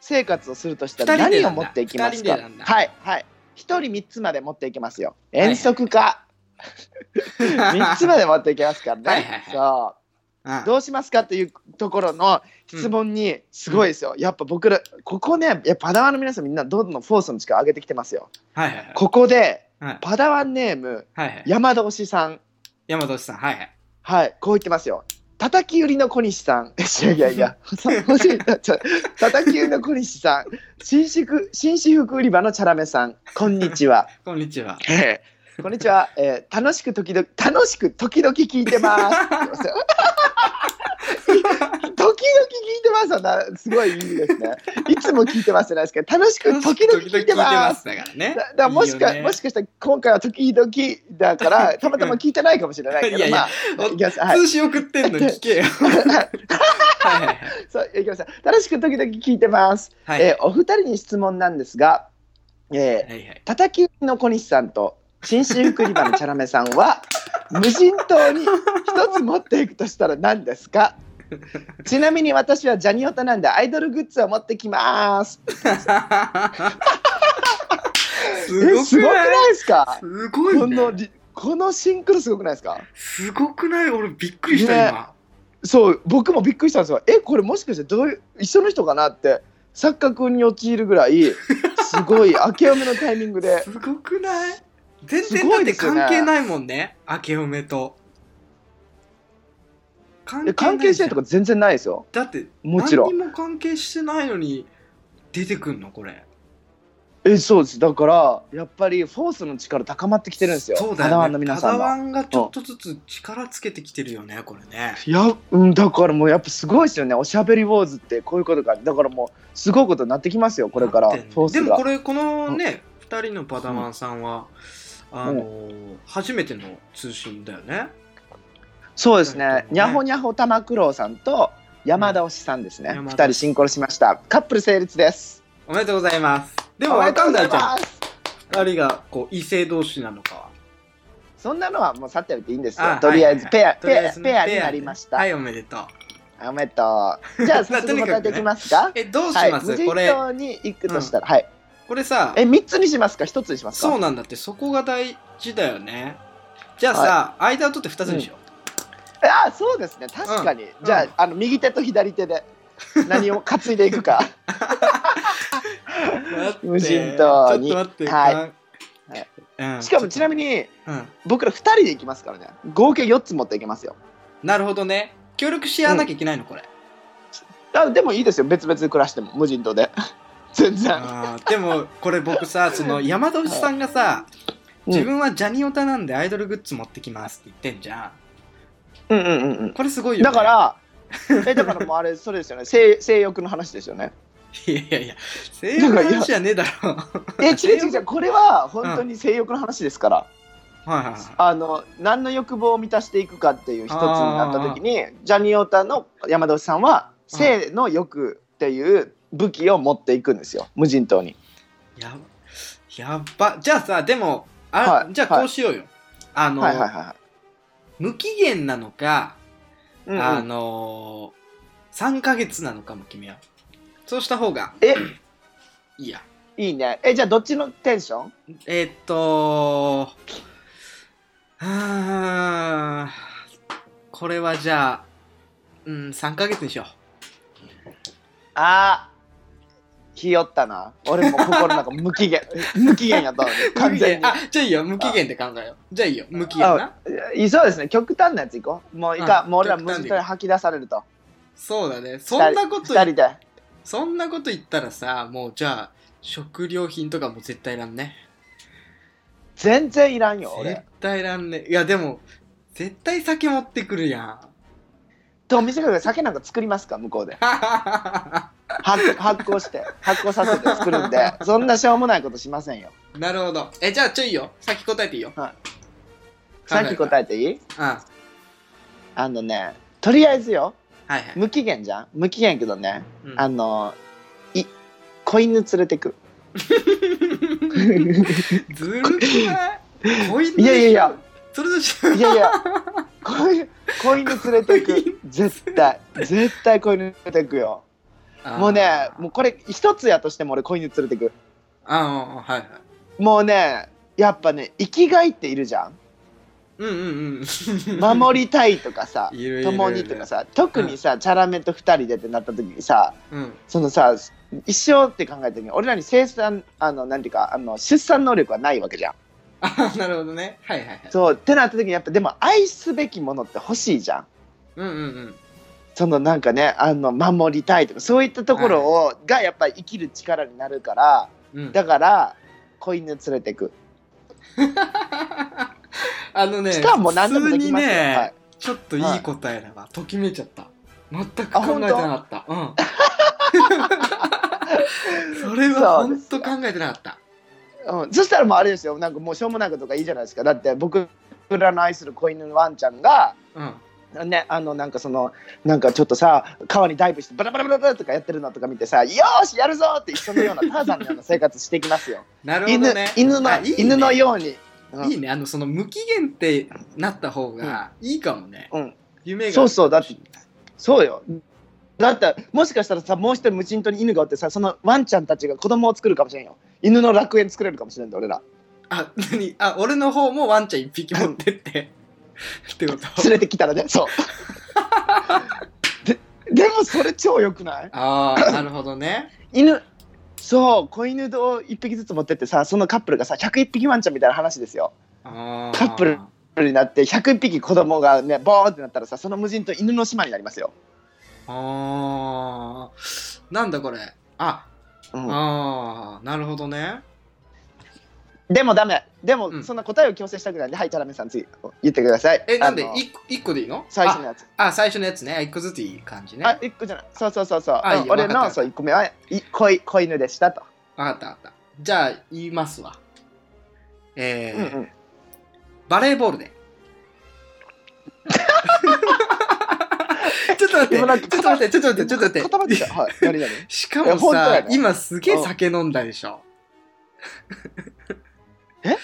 B: 生活をするとしたら
A: 二人で
B: 何
A: な
B: を
A: んだ
B: 持っていきます
A: 二人
B: か
A: でなんだ
B: はいはい。一人三つまで持っていきますよ。
A: いはい
B: 遠足 か。三、つまで持っていきますからね。
A: はいはいはい
B: そう
A: うん
B: どうしますかというところの質問にすごいですよ。やっぱ僕ら、ここね、いやパダワンの皆さんみんなどんどんフォースの力上げてきてますよ。
A: はいはいはい。
B: ここで、
A: はい
B: パダワンネーム、
A: はいはい。
B: 山田推しさん。
A: 山田さん、はいはい。
B: はい、こう言ってますよ。叩き売りの小西さん。 いやいやいや、さ欲しいちょ叩き売りの小西さん。紳士服、紳士服売り場のチャラメさん。こんにちは。
A: こんにちは。
B: えーこんにちは、えー楽しく時々、楽しく時々聞いて ます。時々聞いてますはな、すごいいいですね。いつも聞いてますじゃないですけど、楽しく 時々聞いてます。
A: だからね。
B: だだからもしか
A: いいよね
B: もしかしたら今回は時々だからたまたま聞いてないかもしれないけど
A: いやいや
B: まあいきます、はい、
A: 通信送ってんの聞けよ。はいはい
B: そう、行きました。楽しく時々聞いてます。
A: はい。はい
B: えーお二人に質問なんですが、えー、
A: はいはい。
B: 叩きの小西さんと新州福利場のチャラメさん は無人島に一つ持っていくとしたら何ですかちなみに私はジャニオタなんでアイドルグッズを持ってきます。え
A: すご
B: す
A: く
B: ごく
A: な
B: ないいですか
A: すご
B: こ
A: い
B: の
A: ね。
B: りこのシンクロすごくないですか
A: すごくない俺びっくりした今。
B: そう僕もびっくりしたんですよえこれもしかしてどういう一緒の人かなって錯覚に陥るぐらいす ごい明けおめのタイミングです
A: ごくない全
B: す
A: 然だ
B: ご
A: っ
B: いで
A: て
B: すよね
A: 関係ないもんね。明けおめと。関
B: え関係性と
A: か
B: か全然ないですよ
A: だって
B: もちろん
A: 何にも関係してないのに出てくんのこれ
B: えそうですだからやっぱりフォースの力高まってきてるんですよ
A: そうだ
B: パダ
A: よ
B: ワ
A: ね
B: ンの皆
A: パ
B: さ
A: ダ
B: ん
A: ワ
B: は
A: ンがちょっとずつ力つけてきてるよねこれね
B: いや、うん、だからもうやっぱすごいですよねおしゃべりウォーズってこういうことかだからもうすごいことになってきますよこれから
A: な
B: フ
A: ってんね
B: ォー
A: で
B: ス
A: も
B: が
A: これこのね2人のパダワンさんは、あのー初めての通信だよね
B: そうです
A: そうだ
B: ね
A: よね
B: にゃほにゃほ玉九郎さんと山田推しさんですね、
A: うん
B: 二人シンクロしましたカップル成立です
A: おめでとうございますでも
B: おめ
A: 分
B: でと
A: か
B: うんござ
A: ないいじゃ
B: ま
A: ん2人
B: す
A: がこう異性同士なのかは
B: そんなのはもう去っておいていいんです
A: あ
B: よ。とりあえず
A: はい
B: ペア、
A: とり
B: ペ
A: あえ
B: ア、
A: ずね
B: ペアになりました。
A: はいおめでとう
B: おめでと う。じゃあ
A: まあ
B: 早
A: とにかく
B: 速
A: ね
B: 答えていきますか。
A: えどうし
B: はい、
A: ます、
B: 無人
A: これ
B: 島に行くとしたら、はい。
A: これさ
B: え、三つにしますか、一つにしますか。
A: そうなんだってそこが大事だよねじゃあさ、間を取って2つにしよ
B: あ、そうですね。確かに。
A: ん
B: じゃあ、
A: うん
B: あの右手と左手で何を担いでい くか。
A: う、待って
B: 無人島に
A: ちょっと待って
B: は
A: い
B: い
A: うん、
B: しかもちなみ
A: に、
B: に
A: うん、
B: 僕ら二人で行きますからね。合計四つ持っていきますよ。
A: なるほどね協力し合わなきゃいけないのこれ、
B: あでもいいですよ別々に暮らしても無人島で 全然
A: あーでもこれ僕さその山田さんがさ、
B: うん
A: 自分はジャニオタなんでアイドルグッズ持ってきますって言ってんじゃん
B: うんうんうんうん
A: これすごいよ、ね、
B: だからえだからもうあれそれですよね性性欲の話ですよね
A: いやいやいや性欲の話じゃねえだろは
B: え 違う違う違うこれは本当に性欲の話ですから、
A: いはいはい
B: あの何の欲望を満たしていくかっていう一つになった時にジャニオタの山田さんは性の欲っていう武器を持っていくんですよ無人島に
A: ややっばじゃあさでもあ、
B: はい
A: じゃあこうしようよ、あの、
B: はいはいは
A: 無期限なのか、
B: い、うんうん
A: あの3ヶ月なのかも決めようそうした方が
B: え
A: いいや
B: いいねえじゃあどっちのテンション
A: えーっとあーこれはじゃあうん3ヶ月にしよ
B: あーひよったな俺も心の中無期 限無期限やったのに
A: う
B: 完全に
A: 無期限あじゃあいいよ無期限で考えようじゃあいいよ無期限な
B: あそうですね極端なやついこうもういか、
A: うん
B: もう俺ら
A: 極
B: 無
A: 端で
B: 人
A: いこう
B: 島に吐き出されると
A: そうだねそんなこと
B: 二人で
A: そんなこと言ったらさもうじゃあ食料品とかも絶対いらんね
B: 全然いらんよ
A: 絶
B: 俺
A: 対いらんねいやでも絶対酒持ってくるやん
B: とお店から酒なんか作りますか向こうで発発酵して発酵させて作るんでそんなしょうもないことしませんよ
A: なるほどえじゃあちょいよ先答えていいよ
B: はいさっき答
A: え
B: えていい
A: うんはい
B: あのねとりあえずよ
A: はい
B: 無期限じゃん無期限やけどね
A: うん
B: あのい子犬連れてく
A: ずるくないこいつ
B: いやいやいや
A: それでしょ
B: いやいや子犬子犬連れてく絶対絶対子犬連れてくよもうねもうこれ一つやとしても俺子犬連れてく
A: あーあーはいはい
B: もうねやっぱね生きがいっているじゃ ん
A: うんうんうん
B: 守りたいとかさ
A: いるいるいる
B: 共にとかさ特にさ、チャラメと2人でってなった時にさ
A: うん
B: そのさ一生って考えた時に俺らに生産あのなんていうかあの出産能力はないわけじゃん
A: あーなるほどねはいはいはい
B: そうってなった時にやっぱでも愛すべきものって欲しいじゃん
A: うんうんうん
B: そのなんかねあの守りたいとかそういったところを、がやっぱり生きる力になるから
A: うん
B: だから子犬連れてく
A: あのね、
B: しかも何でもできますよ
A: 普通にね、
B: はい
A: ちょっといい答えだわ。ときめいちゃった。全く考
B: あ
A: え
B: 本
A: て
B: 当
A: なかった。うん。 それは本当考えてなかった。
B: うん、そしたらもうあれですよなんかもうしょうもないことがいいじゃないですかだって僕らの愛する子犬のワンちゃんが
A: うん。
B: ねあのなんかそのなんかちょっとさ川にダイブしてバラバラバラバラとかやってるのとか見てさ「よーしやるぞ!」って一緒のようなターザンのような生活していきますよ
A: なるほ
B: 犬
A: どね。
B: 犬の
A: あいいね
B: 犬のように、うん
A: いいね。あの、その無期限ってなった方がいいかもね。
B: うん
A: 夢が。
B: そうそうだって。そうよだってもしかしたらさもう一人無人島に犬がおってさそのワンちゃんたちが子供を作るかもしれんよ犬の楽園作れるかもしれんで 俺ら
A: あ、何あ、俺の方もワンちゃん一匹持ってって。ってこと。
B: 連れてきたらねそう ででもそれ超良くない
A: あ あ、なるほどね。
B: 犬そう子犬を1匹ずつ持ってってさそのカップルがさ101匹ワンちゃんみたいな話ですよ
A: あー
B: カップルカップルになって101匹子供がねボーンってなったらさその無人島犬の島になりますよ、
A: あーなんだこれあ、
B: うん、
A: あーなるほどね
B: でもダメで
A: う
B: も
A: ん
B: そんな答えを強制したくないんで、はいチャラメさん次言ってください
A: えなんで
B: あの
A: 1, 個でいいの
B: 最初の
A: あ
B: やつ
A: あ最初のやつね1個ずついい感じね
B: あ
A: わ
B: 一1個じゃないそうそうそうそう
A: あいい
B: うん
A: よ
B: 俺
A: わか
B: の
A: った
B: そう1個目はい子い子犬でしたと、
A: かったわかったじゃあ言いますわえー
B: うんうん
A: バレーボール でちょっと待
B: 今なん
A: って
B: か
A: ちょっと待ってちょっと待ってちょっと待って
B: 固まってきたはい何々
A: しか
B: いや
A: も
B: 本当
A: さ、
B: やね
A: 今すげえ酒飲んだでしょ。
B: え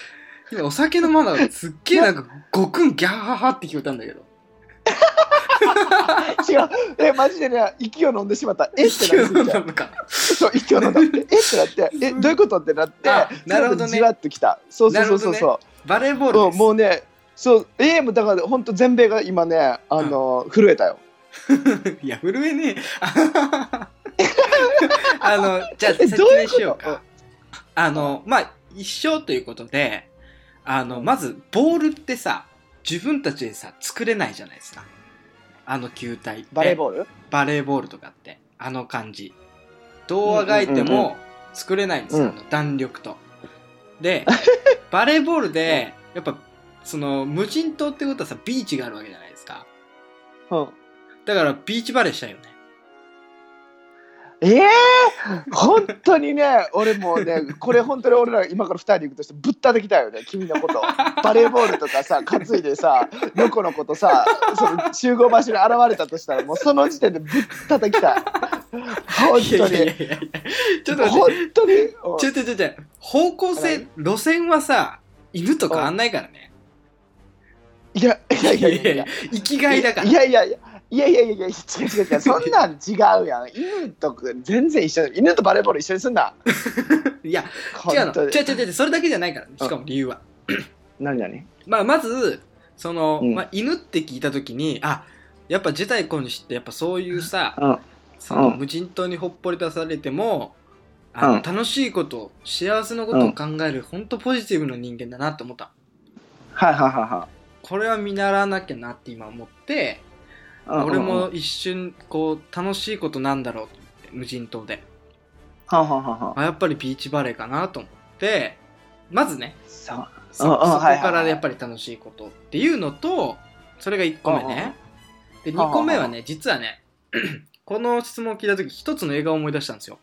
A: 今お酒飲まないすっげえなんかごくんギャハハって聞こえたんだけど。
B: 違う、え、マジでね、息を飲んでしまった。えって
A: 一
B: な
A: 応
B: っ
A: 飲ん
B: て
A: だ、のか。
B: そう、息を飲んだ。えってなって、え、どういうことってなって
A: あ、なるほどね
B: その後じわっときた。そうそうそうそうそ
A: バレーボ
B: う、
A: ールで
B: うん
A: す。
B: もうね、そう、えもうだから、本当全米が今ね、あの、震えたよ。
A: いや、震え ねえ。あの、じゃあ
B: え
A: 説
B: どうい
A: 明
B: うこと
A: しようか。あの、まあ、一生ということで、あの、まず、ボールってさ、自分たちでさ、作れないじゃないですか。あの球体って
B: バレーボール
A: バレーボールとかってあの感じどうあがいても作れないんですよ、
B: うん
A: あの弾力と でバレーボールでやっぱその無人島ってことはさビーチがあるわけじゃないですか
B: うん
A: だからビーチバレーしたいよね
B: ええ本当にね、俺もうね、これ本当に俺ら今から二人で行くとしてぶったてきたよね、君の こと。バレーボールとかさ、担いでさ、のこのことさ、その集合場所に現れたとしたら、もうその時点でぶったてきたい。本
A: いや
B: 当
A: いやいや
B: に。
A: いやちょっと待っ
B: 本
A: て
B: 当に。
A: ちょちょちょちょ方向性、
B: はい
A: 路線はさ犬と変わんないからね、
B: いやいやいやいやいや。
A: 生きがいだから
B: いやいやいや。いやいやいやいや、違う違う違う、そんなん違う やん。犬と全然一緒、犬とバレーボール一緒にすんな。
A: いや違う
B: 本
A: の
B: 当
A: 違う
B: に。
A: 違う違うそれだけじゃないからしかも理由は
B: 何何
A: まあ、まずその、
B: うん
A: まあ、犬って聞いた時にあやっぱ自体今にしてやっぱそういうさ、
B: うん
A: その
B: うん
A: 無人島にほっぽり出されてもあの
B: うん
A: 楽しいこと幸せのことを考える、ほんとポジティブな人間だなと思った
B: はいはいは
A: これは見習わなきゃなって今思って、
B: いはい。
A: 俺も一瞬こう楽しいことなんだろうと思って無人島で
B: はあはあはあはあ。
A: あやっぱりビーチバレーかなと思ってまずね
B: そう。
A: そ
B: うんうん
A: そこ
B: はいはいはい
A: からやっぱり楽しいことっていうのとそれが1個目ねで2個目はね実はね この質問を聞いた時一つの映画を思い出したんですよ、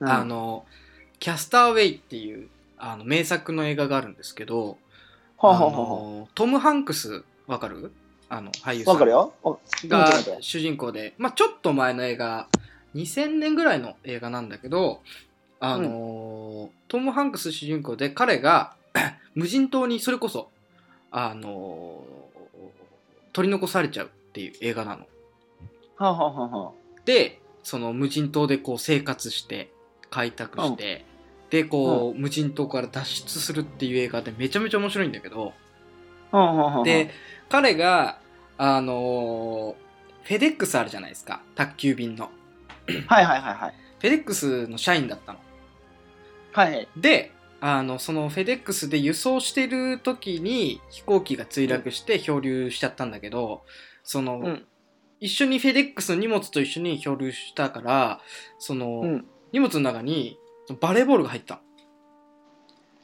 A: あの「キャスターウェイ」っていうあの名作の映画があるんですけど
B: ほう
A: あ
B: ほうほうほ
A: のトム・ハンクスわかるあの俳優
B: う。
A: さん
B: わかるよ。お
A: が
B: 見てみて
A: 主人公で、まあ、ちょっと前の映画2000年ぐらいの映画なんだけど、あのートム・ハンクス主人公で彼が 無人島にそれこそ、あのー取り残されちゃうっていう映画なの。
B: ほうほうほうほ
A: でその無人島でこう生活して開拓して、でこう、無人島から脱出するっていう映画でめちゃめちゃ面白いんだけど。
B: う。ほうほうほう。
A: で、彼があのーフェデックスあるじゃないですか宅急便の
B: はいはいはいはい。
A: フェデックスの社員だったの
B: はいはい。
A: であのそのフェデックスで輸送してる時に飛行機が墜落して漂流しちゃったんだけどその、
B: うん。
A: 一緒にフェデックスの荷物と一緒に漂流したからその、
B: うん。
A: 荷物の中にバレーボールが入ったの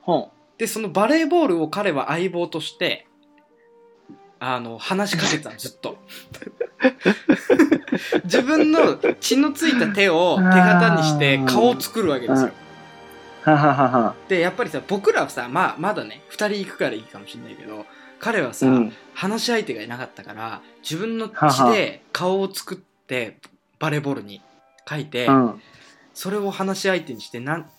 B: ほ
A: でそのバレーボールを彼は相棒としてあの話しかけてたのずっ と自分の血のついた手を手形にして顔を作るわけですよ
B: う。はははは。
A: でやっぱりさ僕らはさ、まあ、まだね2人行くからいいかもしれないけど彼はさ、
B: うん。
A: 話し相手がいなかったから自分の血
B: はは
A: で顔を作ってバレーボールに書いて、
B: うん。
A: それを話し相手にしてなん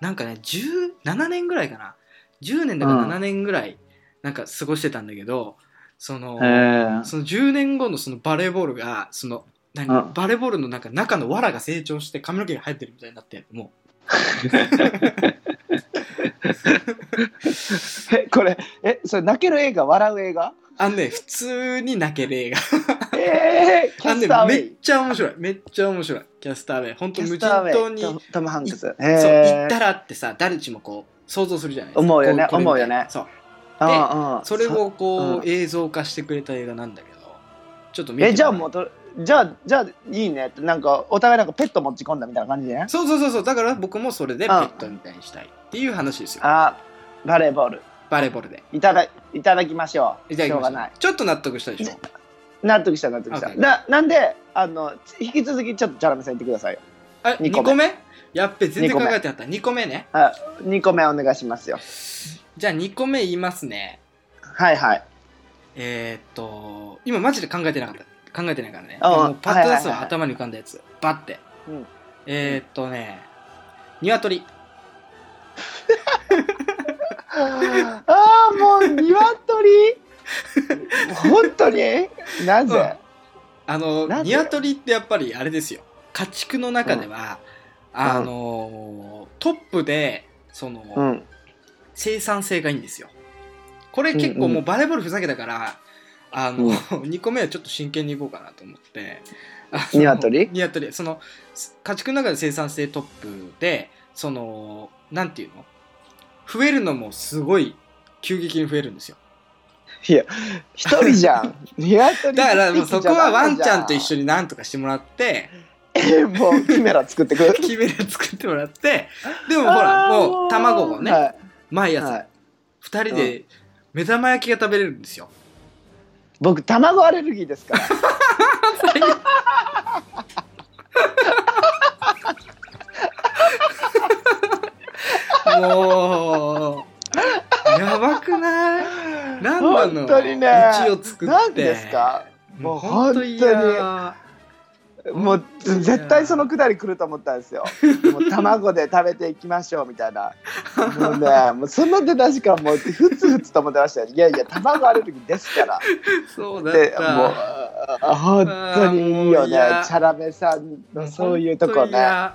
A: なんかね17年ぐらいかな10年だか
B: うん
A: 7年ぐらいなんか過ごしてたんだけど、その、
B: ええ。
A: その10年後のそのバレーボールがその何、
B: うん
A: バレーボールのなんか中の藁が成長して髪の毛が生えてるみたいになっても
B: え、これ、え、それ泣ける映画、笑う映 画
A: うあのね普通に泣ける映画
B: ええ、キ
A: あ
B: ャ
A: のね
B: スターウ
A: め
B: ェ
A: っ
B: イ。
A: ちゃ面白いめっちゃ面白いキャスターウェイ本当
B: キャ
A: 無
B: ス
A: 人
B: ターウェイ
A: 島に
B: トムトム・ハンクス。そう、
A: そう行
B: 行
A: ったらってさ誰しもこう想像するじゃないですか
B: 思うよね
A: ここれ
B: 思うよね
A: そう
B: ら
A: それ。をこう、
B: うん
A: 映像化してくれた映画なんだけどちょっと見て
B: え、じゃあもう
A: う
B: と、じゃあ、じゃあいいね。なんか、お互いなんかペット持ち込んだみたいな感じでね。
A: そうそうそうそうだから僕もそれでペットみたいにしたいっていう話ですよ
B: あー、バレーボール。
A: バレーボールで
B: いただ、いただきましょう。
A: いただき
B: しょう
A: ま
B: が
A: し
B: ない
A: た。ちょっと納得したでしょ
B: 納得した納得した、
A: OK
B: ななんであのつ引き続きちょっとチャラメさん言ってくださいよ
A: あ
B: 二
A: 2
B: 個
A: 個
B: 目
A: 目やっべ全然考えてなかった2個目ね
B: 2個目お願いしますよ
A: じゃあ2個目言いますね
B: はいはい
A: えー、っと今マジで考えてなかった考えてないからね
B: ああ
A: もうパッと出す
B: はいはいはいは
A: の
B: い
A: 頭に浮かんだやつバッて、
B: うん
A: えー、っとね鶏
B: ああもう鶏 本当になぜ、
A: あの
B: なんで
A: ニワトリってやっぱりあれですよ家畜の中では、あのートップでその、
B: うん
A: 生産性がいいんですよこれ結構
B: うん
A: も
B: う
A: うんバレーボールふざけたから、あの、
B: うん
A: 2個目はちょっと真剣にいこうかなと思って
B: ニワトリ
A: ニワトリそのす家畜の中で生産性トップでそのなんていうの増えるのもすごい急激に増えるんですよ
B: 一人じ ゃん。鶏
A: だからもうそこはワンちゃんと一緒
B: に。
A: になんとかしてもらって
B: え もうキメラ作ってくる。
A: 決める作ってもらってでもほら
B: あー
A: もう卵をね、
B: は
A: 毎
B: い
A: 朝、
B: はい
A: 二人で目玉焼きが食べれるんですよ。
B: 僕卵アレルギーですから。
A: もうやばくない何なの
B: 本当にね
A: 道を作って
B: なんですか。
A: も
B: も
A: う
B: う
A: 本当
B: 本当
A: に
B: に
A: 嫌
B: もう絶対そのくだり来ると思ったんですよ。もう卵で食べていきましょうみたいな。もうね、もうその出だしからもうふつふつと思ってましたよ。いやいや、卵アレルギーですから。
A: そうだっ
B: でもう
A: た
B: あ本当にいいよね
A: あーもう嫌。
B: チャラめさんのそういうとこね。だ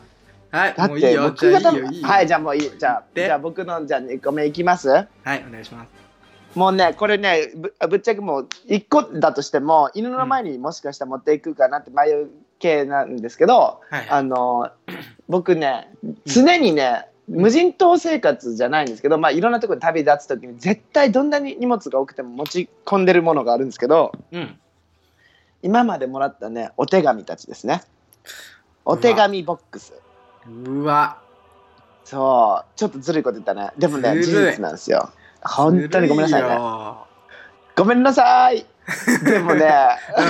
A: 本当に嫌はいもういいよ
B: って僕
A: じゃ
B: が
A: あ
B: 多
A: いいよ
B: 分
A: いいよ
B: はいじゃあもういいじゃあ
A: で
B: じゃあ僕のじゃあ2個目いきます
A: はいお願いします
B: もうねこれねぶぶっちゃけもう1個だとしても犬の前にもしかしたら持っていくかなって迷う系なんですけど、
A: はい
B: あの僕ね常にね無人島生活じゃないんですけど、まあ、いろんなところに旅立つ時に絶対どんなに荷物が多くても持ち込んでるものがあるんですけど
A: うん
B: 今までもらったねお手紙たちですねお手紙ボックス
A: うわ
B: そうちょっとずるいこと言ったねでもね
A: ず
B: 事
A: るい
B: 実なんですよ本当にごめんなさい
A: ずる
B: ね
A: よ
B: ごめんな さいでもね、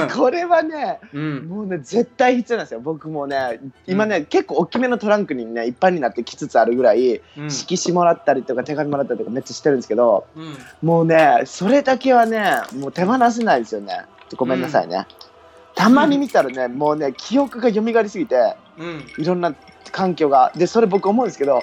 A: うん
B: これはね
A: うん
B: もうね絶対必要なんですよ僕もね今ね、結構大きめのトランクにねいっぱいになってきつつあるぐらい、
A: うん
B: 色紙もらったりとか手紙もらったりとかめっちゃしてるんですけど
A: うん
B: もうねそれだけはねもう手放せないですよねごめんなさいね、たまに見たらねもうね記憶が蘇りすぎて
A: うんうん
B: いろんな環境がでそれ僕思うんですけど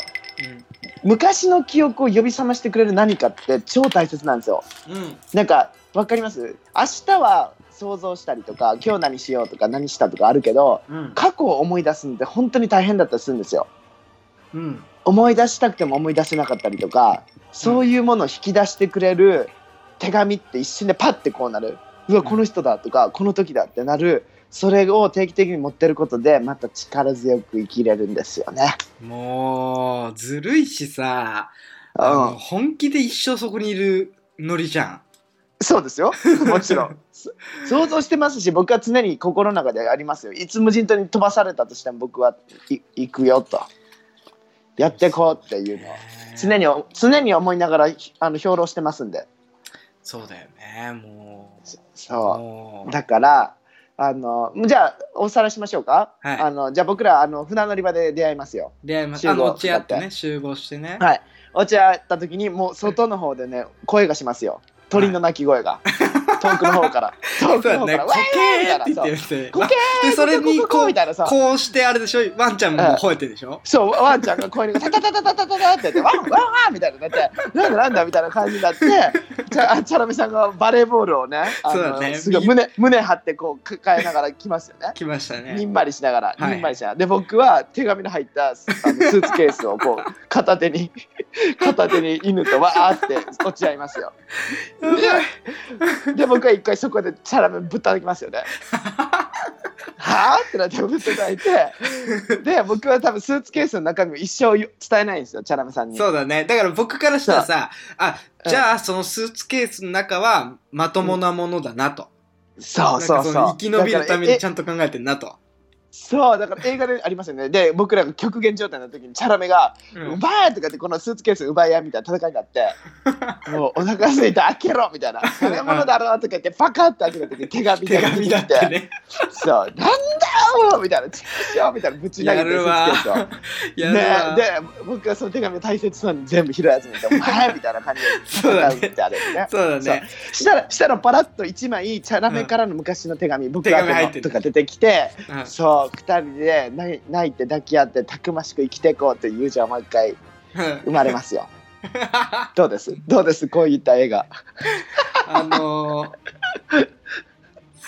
B: 昔の記憶を呼び覚ましてくれる何かって超大切なんですよ
A: うん
B: なんかわかります明日は想像したりとか今日何しようとか何したとかあるけど
A: うん
B: 過去を思い出すのって本当に大変だったりするんですよ
A: うん
B: 思い出したくても思い出せなかったりとかそういうものを引き出してくれる手紙って一瞬でパッてこうなるうわこの人だとかこの時だってなるそれを定期的に持ってることでまた力強く生きれるんですよね。
A: もうずるいしさ
B: う
A: あの
B: ん、
A: 本気で一生そこにいるノリじゃん
B: そうです よもちろんそ想像してますし僕は常に心の中でありますよいつ無人島に飛ばされたとしても僕はい行くよとやってこうっていうのを常に常に思いながらあの評論してますんで
A: そうだよねもう
B: そう。
A: もう
B: だからあのじゃあおさらいしましょうか、
A: はい
B: あのじゃあ僕らあの船乗り場で出会いますよ
A: 出会います
B: 集合
A: あの落ち合って
B: だ
A: ね集合してね、
B: はい落ち合った時にもう外の方でね声がしますよ鳥の鳴き声が、遠くの方から
A: そ
B: 遠
A: う
B: くの
A: だね
B: 方
A: 「
B: から
A: コ
B: わー
A: ケー」
B: み
A: ったて言
B: い
A: ってる
B: な
A: して
B: コケ
A: でそれに
B: ここここ
A: こう
B: みたいなさ
A: こうしてあれでしょワンちゃんも吠えてるでしょ、
B: そうそうワンちゃんが声にタタタタタタタタってやってワンワンワンみたいになってなんだなんだみたいな感じになってじゃあチャラメさんがバレーボールをねあ
A: そうだ
B: の
A: ね
B: すごい胸胸張ってこう抱えながら来ますよね
A: 来ました
B: に
A: ね
B: んまりしながら、
A: はい
B: にんまりしながらで僕は手紙の入ったスあのスーツケースをこう片手に片手に犬とわーって落ち合いますよ
A: やばい
B: で僕は一回そこでチャラメぶったたきま すよねはあってなってぶったたいてで僕は多分スーツケースの中身を一生伝えないんですよチャラメさんに
A: そうだねだから僕からしたらさあ
B: うん
A: じゃあそのスーツケースの中はまともなものだなと、
B: そうそうそう
A: なんかその生き延びるためにち
B: ゃ
A: ゃんと考えてんなと、
B: そうだから映画でありますよねで僕らが極限状態の時にチャラメが
A: うん
B: 奪えとかってこのスーツケース奪い合いみたいな戦いになって もうお腹空いた開けろみたいな食べ物だろとか言ってパカッと開けた時に手紙
A: 手
B: が出て
A: 紙だっ
B: きて
A: てね
B: そうなんだよみたいなちくしょうみたいなぶち投げ
A: や
B: てス
A: る
B: ー
A: わ
B: ツケースを。
A: やるわ、
B: ね、で僕はその手紙を大切そうに全部拾い集めて「お前」みたいな感じで
A: そうだね
B: 戦うってあれね
A: そうだね
B: したらしたらパラッと一枚チャラメからの昔の手紙、僕
A: 手紙入
B: ら
A: ってる
B: とか出てきて
A: うん
B: そう二人で泣い泣いて抱き合ってたくましく生きていこうっていう友情がもう一回生まれます よ。どうですどうですこういった映画。
A: あのー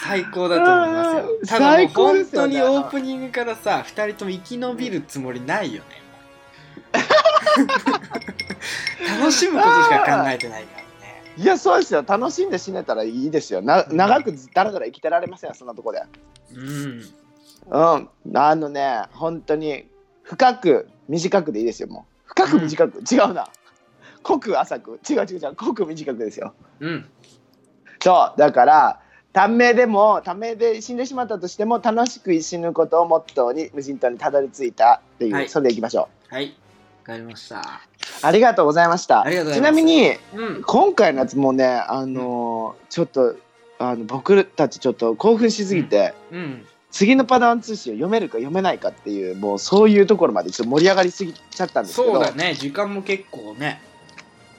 A: 最高だと思いますよ。ただもう
B: 最高で
A: 本
B: す
A: 当
B: よね
A: にオープニングからさ、二人とも生き延びるつもりないよね。 楽しむことしか考えてないからね。
B: いやそうですよ楽しんで死ねたらいいですよな長くだらだら生きてられませんよそんなとこで。
A: うん。
B: うんあのね本当に深く短くでいいですよもう深く短く、違うな濃く浅く違う違う違う濃く短くですよ
A: うん。
B: そうだから短命でも短命で死んでしまったとしても楽しく死ぬことをモットーに無人島にたどり着いたっていう、
A: はい
B: それでいきましょ
A: はいわかりました
B: うありがとうございました
A: ありがとうござ
B: ち
A: いま
B: な
A: す
B: みに
A: うん
B: 今回のやつもねあのーちょっとあの僕たちちょっと興奮しすぎて、
A: うん
B: 次のパダワン通信を読めるか読めないかっていうもうそういうところまでちょっと盛り上がりすぎちゃったんですけど
A: そうだね時間も結構ね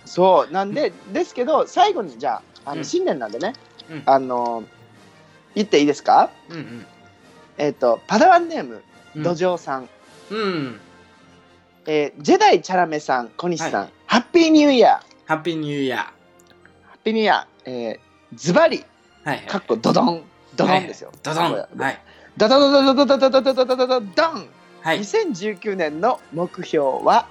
B: そうなんでですけど最後にじゃああ
A: うん
B: の新年なんでね、
A: うん
B: あの言っていいですか
A: うんうん
B: えっ、とパダワンネーム
A: うん
B: 土壌さん、
A: うん
B: えージェダイチャラメさん小西さん、
A: はい
B: ハッピーニューイヤーハ
A: ハッピーニューイヤ
B: ッピーニューイヤー、えー、ズバリ
A: ーはいはい
B: かっこドドンドドンですよ、
A: ドドン
B: これ
A: はい
B: ドドドドドドドドドドドドドン
A: はい
B: 2019年の目標は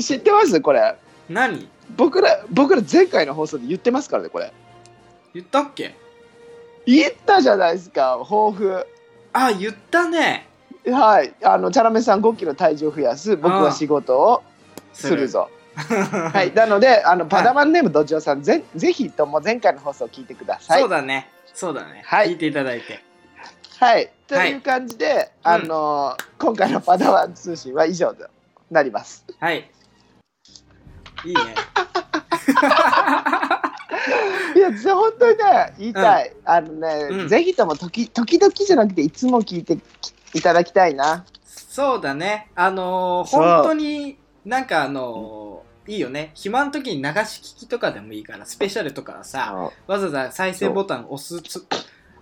B: 知ってますこれ
A: 何
B: 僕ら僕ら前回の放送で言ってますからねこれ
A: 言ったっけ
B: 言ったじゃないですか抱負
A: あ言ったね
B: はいあのチャラメさん5キロ体重増やす僕は仕事を するぞは
A: はい
B: なのであのパダマンネーム土壌さんぜぜひとも前回の放送を聞いてください
A: そうだねそうだね
B: はい
A: 聞いていただいて
B: はいという感じで、あのー今回のパダワン通信は以上となります
A: はいいいね
B: いやじゃあ本当にね言いたい、あのね、
A: うん
B: ぜひとも時時々じゃなくていつも聞いてきいただきたいな
A: そうだねあのー
B: そう
A: 本当になんかあのーいいよね暇の時に流し聞きとかでもいいからスペシャルとかはさわざわざ再生ボタン押すつ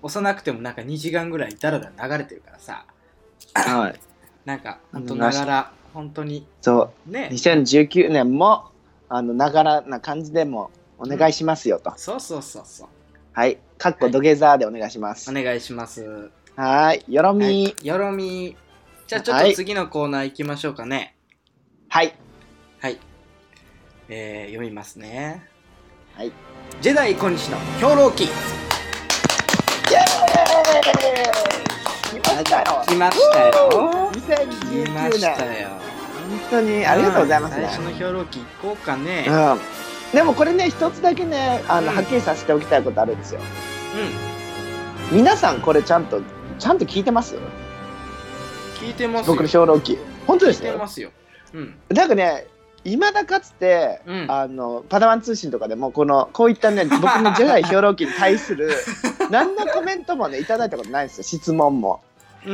A: 押さなくてもなんか2時間ぐらいだらだら流れてるからさ
B: はい
A: なんかほんと
B: うん
A: ながら本当に
B: そう
A: ね
B: 2019年もあのながらな感じでもお願いしますよと、
A: そうそうそうそう
B: はいかっこ土下座でお願いします
A: お願いします
B: はーいよろみ
A: はい
B: ー
A: よろみじゃあちょっ
B: は
A: と
B: い
A: 次のコーナー行きましょうかね
B: はい
A: はい、えー、読みますね
B: はい
A: ジェダイ小西の兵糧記
B: イエーイ来ましたよ
A: 来ましたよ来ま
B: 2019
A: した
B: 年
A: よ
B: 本当にありがとうございます
A: ん
B: ね
A: 最初の兵糧記行こうかね
B: う
A: うん
B: んでもこれね一つだけねあ
A: う
B: の、
A: ん
B: はっきりさせておきたいことあるんですよ皆さんこれちゃんとちゃんと聞いてます
A: 聞いてますよ
B: 僕の評論記本当で
A: 聞い
B: す
A: て
B: よ
A: ますようん
B: なんかねいまだかつて
A: うん
B: あのパダワン通信とかでもこのこう いったね僕のジェダイ兵糧記に対する何のコメントもねいただいたことないんですよ質問も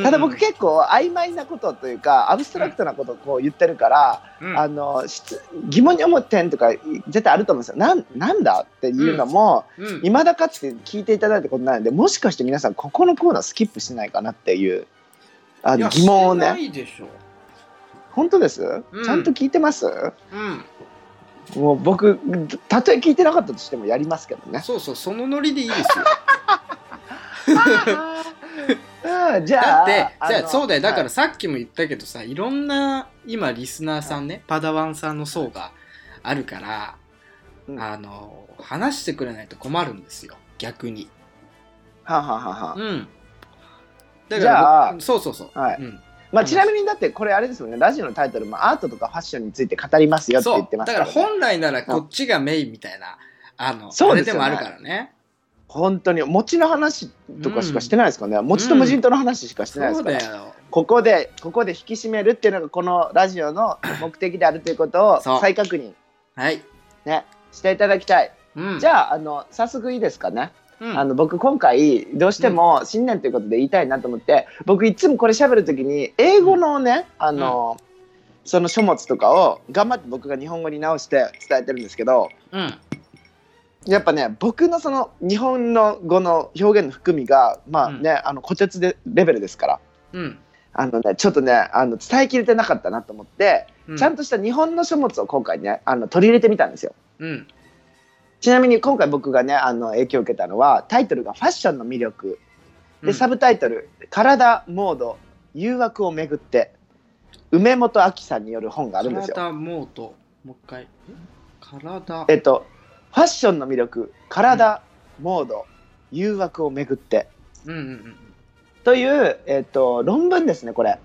B: ただ僕結構曖昧なことというかアブストラクトなことをこう言ってるから、
A: うん
B: あの質疑問に思ってんとか絶対あると思うんですよなんなんだっていうのも
A: うん
B: いま、未だかつて聞いていただいたことないのでもしかして皆さんここのコーナースキップしてないかなっていうあ
A: いや
B: の疑問を
A: してな
B: ね
A: いでしょ
B: 本当です、
A: うん
B: ちゃんと聞いてます
A: うん
B: もう僕たとえ聞いてなかったとしてもやりますけどね
A: そうそうそのノリでいいですよ
B: うんじゃ
A: だ
B: あ
A: ってじゃ
B: の
A: あそうだよだか
B: は
A: らさっきも言ったけどさいろんな今リスナーさんねパダワンさんの層があるから
B: うん
A: あの話してくれないと困るんですよ逆に
B: いはあはあはあはあ
A: うんだ
B: じゃあ
A: 僕そうそうそう
B: はい
A: うん
B: まあ、ちなみにだってこれあれですよねラジオのタイトルもアートとかファッションについて語りますよって
A: そ
B: 言
A: う
B: ってま
A: だ
B: す
A: か
B: からら、ね、
A: 本来ならこっちがメインみたいなあの
B: そ
A: そうれで
B: ですよ
A: も
B: ね
A: あるからね
B: 本当に餅の話とかしかしてないですかね、餅と無人島の話しかしてないで
A: そ
B: す
A: う
B: から、
A: だよ
B: ここでここで引き締めるっていうのがこのラジオの目的であるということを
A: そう
B: 再確認
A: はい
B: していただきたい、
A: うん
B: じゃああの早速いいですかね、
A: うん
B: あの僕今回どうしても新年ということで言いたいなと思って僕いつもこれ喋る時に英語のねあの、その書物とかを頑張って僕が日本語に直して伝えてるんですけど
A: うん
B: やっぱね僕のその日本の語の表現の含みがまあね、あの虎鉄でレベルですから
A: うん
B: あのねちょっとねあの伝えきれてなかったなと思って、
A: うん
B: ちゃんとした日本の書物を今回ねあの取り入れてみたんですよ。
A: うん
B: ちなみに今回僕がねあの影響を受けたのはタイトルが「ファッションの魅力」
A: う
B: で
A: ん
B: サブタイトル「体モード誘惑をめぐって」梅本亜紀さんによる本があるんですよ。
A: 体モードもう一回え体
B: えっと「ファッションの魅力体モード誘惑をめぐって
A: うんうんうん」
B: という、えっと論文ですねこれ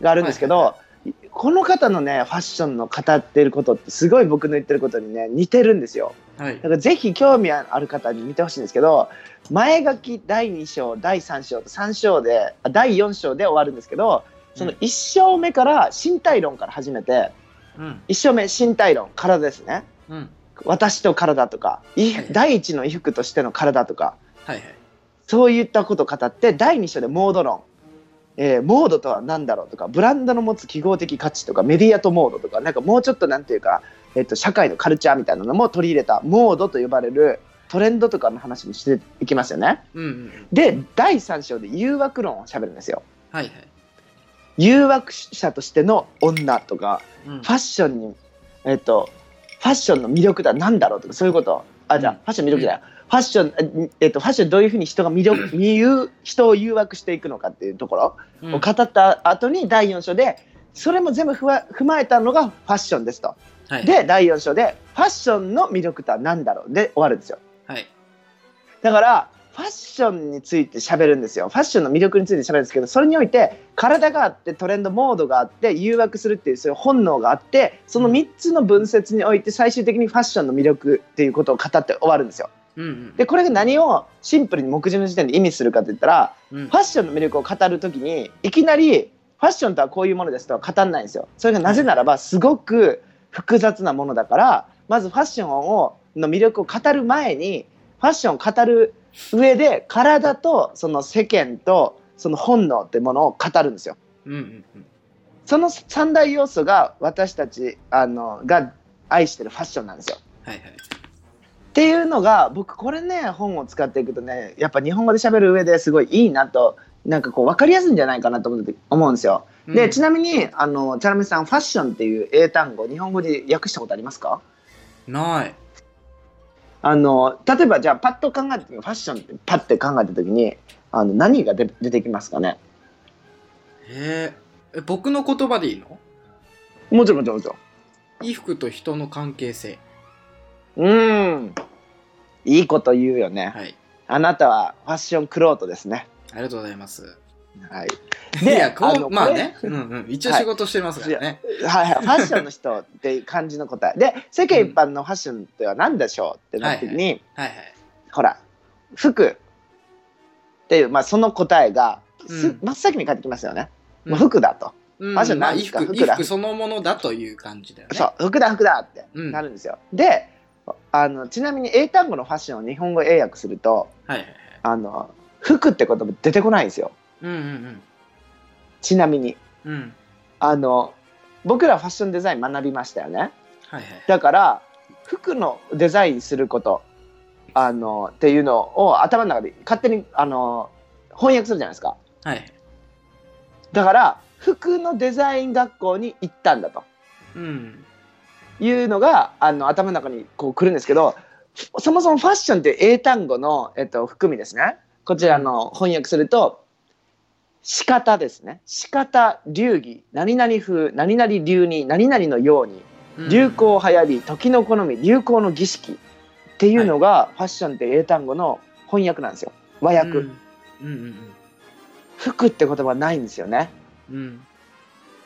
B: があるんですけど、この方のねファッションの語ってることってすごい僕の言ってることにね似てるんですよ
A: はい
B: だからぜひ興味ある方に見てほしいんですけど前書き第2章第3章と3章であ第4章で終わるんですけどその1章目から身体論から始めて
A: うん
B: 1章目身体論体ですね
A: うん
B: 私と体とかい
A: はい
B: 第一の衣服としての体とか
A: はいはい
B: そういったことを語って第2章でモード論、えーモードとは何だろうとかブランドの持つ記号的価値とかメディアとモードとかなんかもうちょっとなんていうか、えっと社会のカルチャーみたいなのも取り入れたモードと呼ばれるトレンドとかの話もしていきますよね。
A: うんうんうん
B: で第3章で誘惑論を喋るんですよ。
A: はいはい
B: 誘惑者としての女とか
A: うん
B: ファッションに、えっと、ファッションの魅力とは何だろうとかそういうことあじゃあ、
A: うん
B: ファッションの魅力だよ、ファッション、ええっと、ファッションどういうふうに人が魅力見ゆ人を誘惑していくのかっていうところ
A: うん
B: を語った後に第4章でそれも全部ふわ踏まえたのがファッションですと
A: はい
B: で第4章でファッションの魅力とは何だろうで終わるんですよ
A: はい
B: だからファッションについて喋るんですよファッションの魅力について喋るんですけどそれにおいて体があってトレンドモードがあって誘惑するっていうそういう本能があってその3つの分節において最終的にファッションの魅力っていうことを語って終わるんですよ
A: うんうん
B: でこれが何をシンプルに目次の時点で意味するかといったら
A: うん
B: ファッションの魅力を語る時にいきなりファッションとはこういうものですとは語らないんですよそれがなぜならばすごく複雑なものだからまずファッションをの魅力を語る前にファッションを語る上で体とその世間とその本能ってものを語るんですよ
A: うんうんうん
B: その三大要素が私たちあのが愛してるファッションなんですよ
A: はいはい
B: っていうのが僕これね本を使っていくとねやっぱ日本語で喋る上ですごいいいなとなんかこう分かりやすいんじゃないかなと思って思うんですよ。で、
A: うん
B: ちなみにあのチャラメさんファッションっていう英単語日本語で訳したことありますか
A: ない
B: あの例えばじゃあパッと考えてファッションってパッて考えた時にあの何が出出てきますかね
A: へーえ僕の言葉でいいの
B: もちろんもちろんもちろん。
A: 衣服と人の関係性
B: うーんいいこと言うよね。
A: はい
B: あなたはファッションクロートですね。
A: ありがとうございます
B: はい、
A: い
B: で
A: やこ
B: あ
A: う
B: の
A: まあ
B: これ
A: ね、うんうん、一応仕事してますからね、
B: はいはい、ファッションの人っていう感じの答えで世間一般のファッションっては何でしょうってなった時に、
A: はい、はい
B: ほら服っていう、まあ、その答えがす、
A: うん
B: 真っ先に返ってきますよね、
A: うん
B: もう服だと、
A: うん
B: まあじゃあ
A: まあ衣
B: 何ですか
A: 服
B: 服だ
A: 衣服そのものだという感じだよね
B: そう服だ服だって
A: うん
B: なるんですよ、であのちなみに英単語のファッションを日本語英訳すると
A: はいはいはい
B: あの服って言葉出てこないんですよ
A: うんうん
B: ちなみに
A: うんうん
B: あの僕らファッションデザイン学びましたよね、
A: はいはい
B: だから服のデザインすることあのっていうのを頭の中で勝手にあの翻訳するじゃないですか
A: はい
B: だから服のデザイン学校に行ったんだと
A: うん
B: いうのがあの頭の中にこう来るんですけどそもそもファッションって英単語の、えっと、含みですねこちらの翻訳すると仕方ですね仕方流儀何々風何々流に何々のように
A: うん
B: 流行流行り時の好み流行の儀式っていうのがファッションって英単語の翻訳なんですよ和訳、
A: うんうんうん
B: 服って言葉はないんですよね
A: うん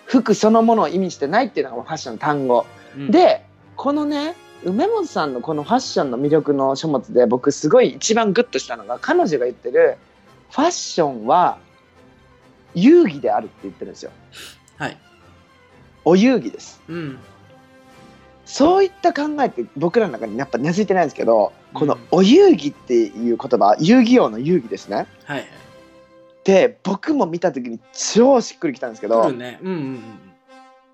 B: 服そのものを意味してないっていうのがファッションの単語、
A: うん
B: でこのね梅本さんのこのファッションの魅力の書物で僕すごい一番グッとしたのが彼女が言ってるファッションは遊戯であるって言ってるんですよ
A: はい
B: お遊戯です
A: うん
B: そういった考えって僕らの中にやっぱ根付いてないんですけど、
A: うん
B: この「お遊戯」っていう言葉遊戯王の遊戯ですね
A: はいはい
B: で僕も見た時に超しっくりきたんですけど、
A: 来る
B: フ
A: ねうんうん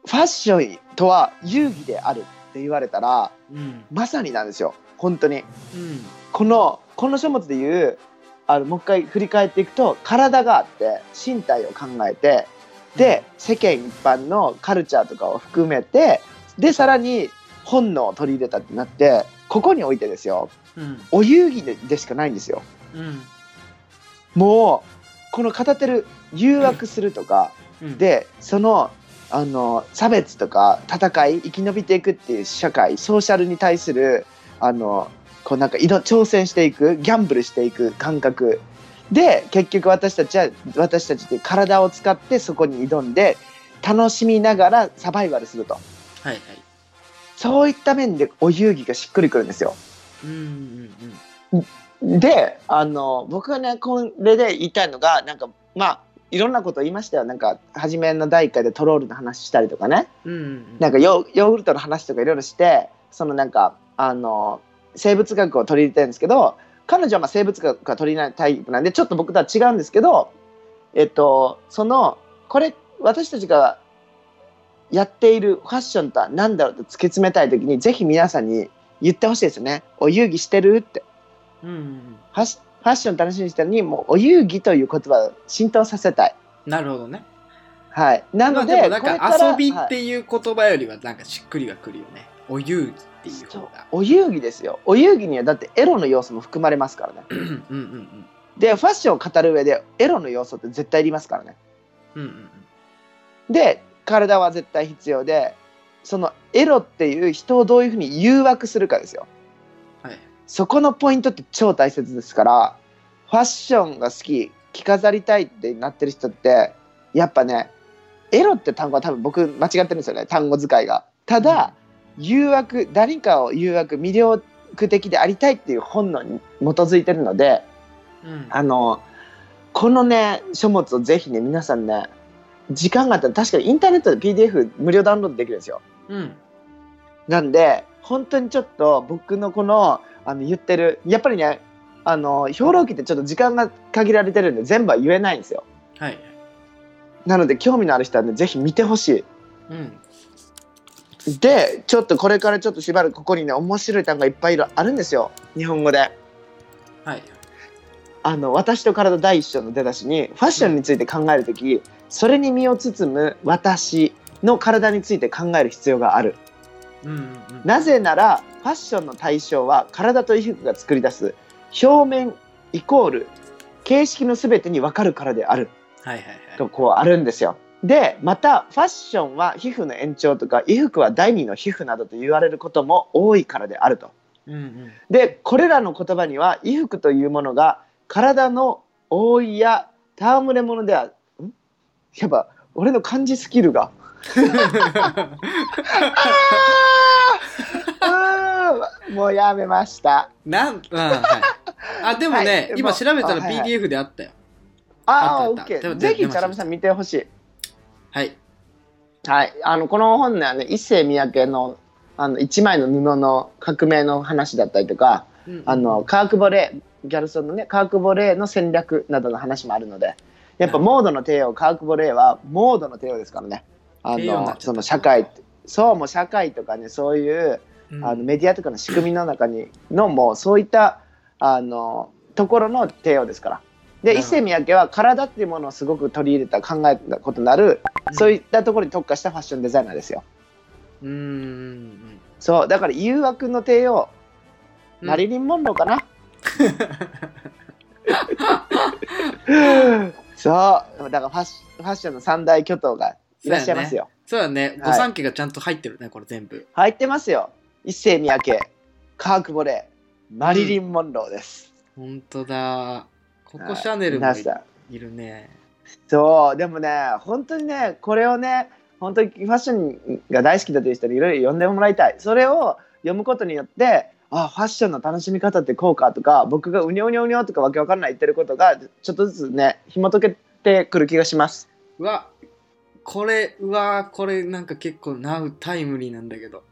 B: ァッションとは遊戯であるって言われたら
A: うんうん
B: まさになんですよ本当に
A: うん
B: このこの書物で言うあのもう一回振り返っていくと体があって身体を考えてで世間一般のカルチャーとかを含めてでさらに本能を取り入れたってなってここにおいてですよ
A: うん
B: お遊戯ででしかないんですよ
A: うん
B: もうこの語ってる誘惑するとか
A: うん
B: でそのあの差別とか戦い生き延びていくっていう社会ソーシャルに対するあのこうなんかいろ挑戦していくギャンブルしていく感覚で結局私たちは私たちっていう体を使ってそこに挑んで楽しみながらサバイバルすると
A: はいはい
B: そういった面でお遊戯がしっくりくるんですよ
A: うんうん
B: であの僕がねこれで言いたいのがなんかまあいろんなこと言いましたよなんか初めの第1回でトロールの話したりとかね
A: うんうんうん
B: なんかヨーヨーグルトの話とかいろいろしてそのなんかあの生物学を取り入れてるんですけど彼女はまあ生物学が取り入れないタイプなんでちょっと僕とは違うんですけどえっとそのこれ私たちがやっているファッションとは何だろうと突き詰めたい時にぜひ皆さんに言ってほしいですよね。お遊戯してるって
A: うんうん
B: ファッファッション楽しみにしてるのにもうお遊戯という言葉を浸透させたい。
A: なるほどね
B: はい、な
A: まあ
B: ので,、
A: でもなんか遊び
B: はい
A: っていう言葉よりはなんかしっくりがくるよねお遊戯っていう方が
B: お遊戯ですよお遊戯にはだってエロの要素も含まれますからね
A: うんうんうん
B: でファッションを語る上でエロの要素って絶対いりますからね
A: うんうんうん
B: で体は絶対必要でそのエロっていう人をどういうふうに誘惑するかですよ
A: はい
B: そこのポイントって超大切ですからファッションが好き着飾りたいってなってる人ってやっぱねエロって単語は多分僕間違ってるんですよね単語使いがただ、誘惑誰かを誘惑魅力的でありたいっていう本能に基づいてるので
A: うん
B: あのこのね書物をぜひね皆さんね時間があったら確かにインターネットで PDF 無料ダウンロードできるんですよ
A: うん
B: なんで本当にちょっと僕のこのあの言ってるやっぱりねあの兵糧記ってちょっと時間が限られてるんで全部は言えないんですよ
A: はい
B: なので興味のある人はねぜひ見てほしい
A: うん
B: でちょっとこれからちょっとしばらくここにね面白い単語がいっぱいいろあるんですよ日本語で
A: はい
B: あの私と体第一章の出だしにファッションについて考える時、それに身を包む私の体について考える必要がある
A: うんうんうん
B: なぜならファッションの対象は体と衣服が作り出す表面イコール形式の全てに分かるからである
A: はいはいは
B: とこうあるんですよ。でまたファッションは皮膚の延長とか衣服は第二の皮膚などと言われることも多いからであると。
A: いうんうん
B: でこれらの言葉には衣服というものが体の覆いや戯れ物ではんやっぱ俺の漢字スキ ルがあーもうやめました
A: なん、うん、はい。あ、でもね、
B: はい
A: 今
B: もう
A: 調べた
B: あ
A: ら
B: はいはい
A: PDF であったよ。
B: あ
A: あ
B: あ
A: ったあったで
B: OK
A: も
B: ぜ
A: 出
B: ひ
A: ま
B: チ
A: した
B: ャラメさん見てほし
A: はい。
B: いはいあのこの本ねはね一世三宅のあの一枚の布の革命の話だったりとか
A: うん
B: あのカーク・ボレーギャルソンのねカーク・ボレーの戦略などの話もあるのでやっぱモードの帝王カーク・ボレーはモードの帝王ですからねあ
A: 帝王になっちゃっ
B: の
A: た
B: その社会そうもう社会とかねそういう
A: うん
B: あのメディアとかの仕組みの中にのもうそういったあのところの帝王ですから。
A: な
B: で
A: る
B: 伊
A: ほど
B: 勢三宅は体っていうものをすごく取り入れた考えたことのある、そういったところに特化したファッションデザイナーですよ。
A: うん。うん。
B: そうだから誘惑の帝王、
A: うん
B: マリリン・モンローかな。そうだからファッシファッションの三大巨頭がいらっしゃいますよ。
A: そうだね、
B: はい
A: 御三家がちゃんと入ってるね、これ全部。
B: 入ってますよ。一世三宅、カーク・ボレー、マリリン・モンローです。
A: ほんとだ。こ
B: は
A: こ
B: い
A: シャネルも
B: 皆
A: い
B: さん
A: いるね。
B: そうでもね本当にねこれをね本当にファッションが大好きだという人にいろいろ読んでもらいたいそれを読むことによってあファッションの楽しみ方ってこうかとか僕がうにょうにょうにょとかわけわかんない言ってることがちょっとずつね紐解けてくる気がします
A: うわ、これ、うわ、これなんか結構ナウタイムリーなんだけど。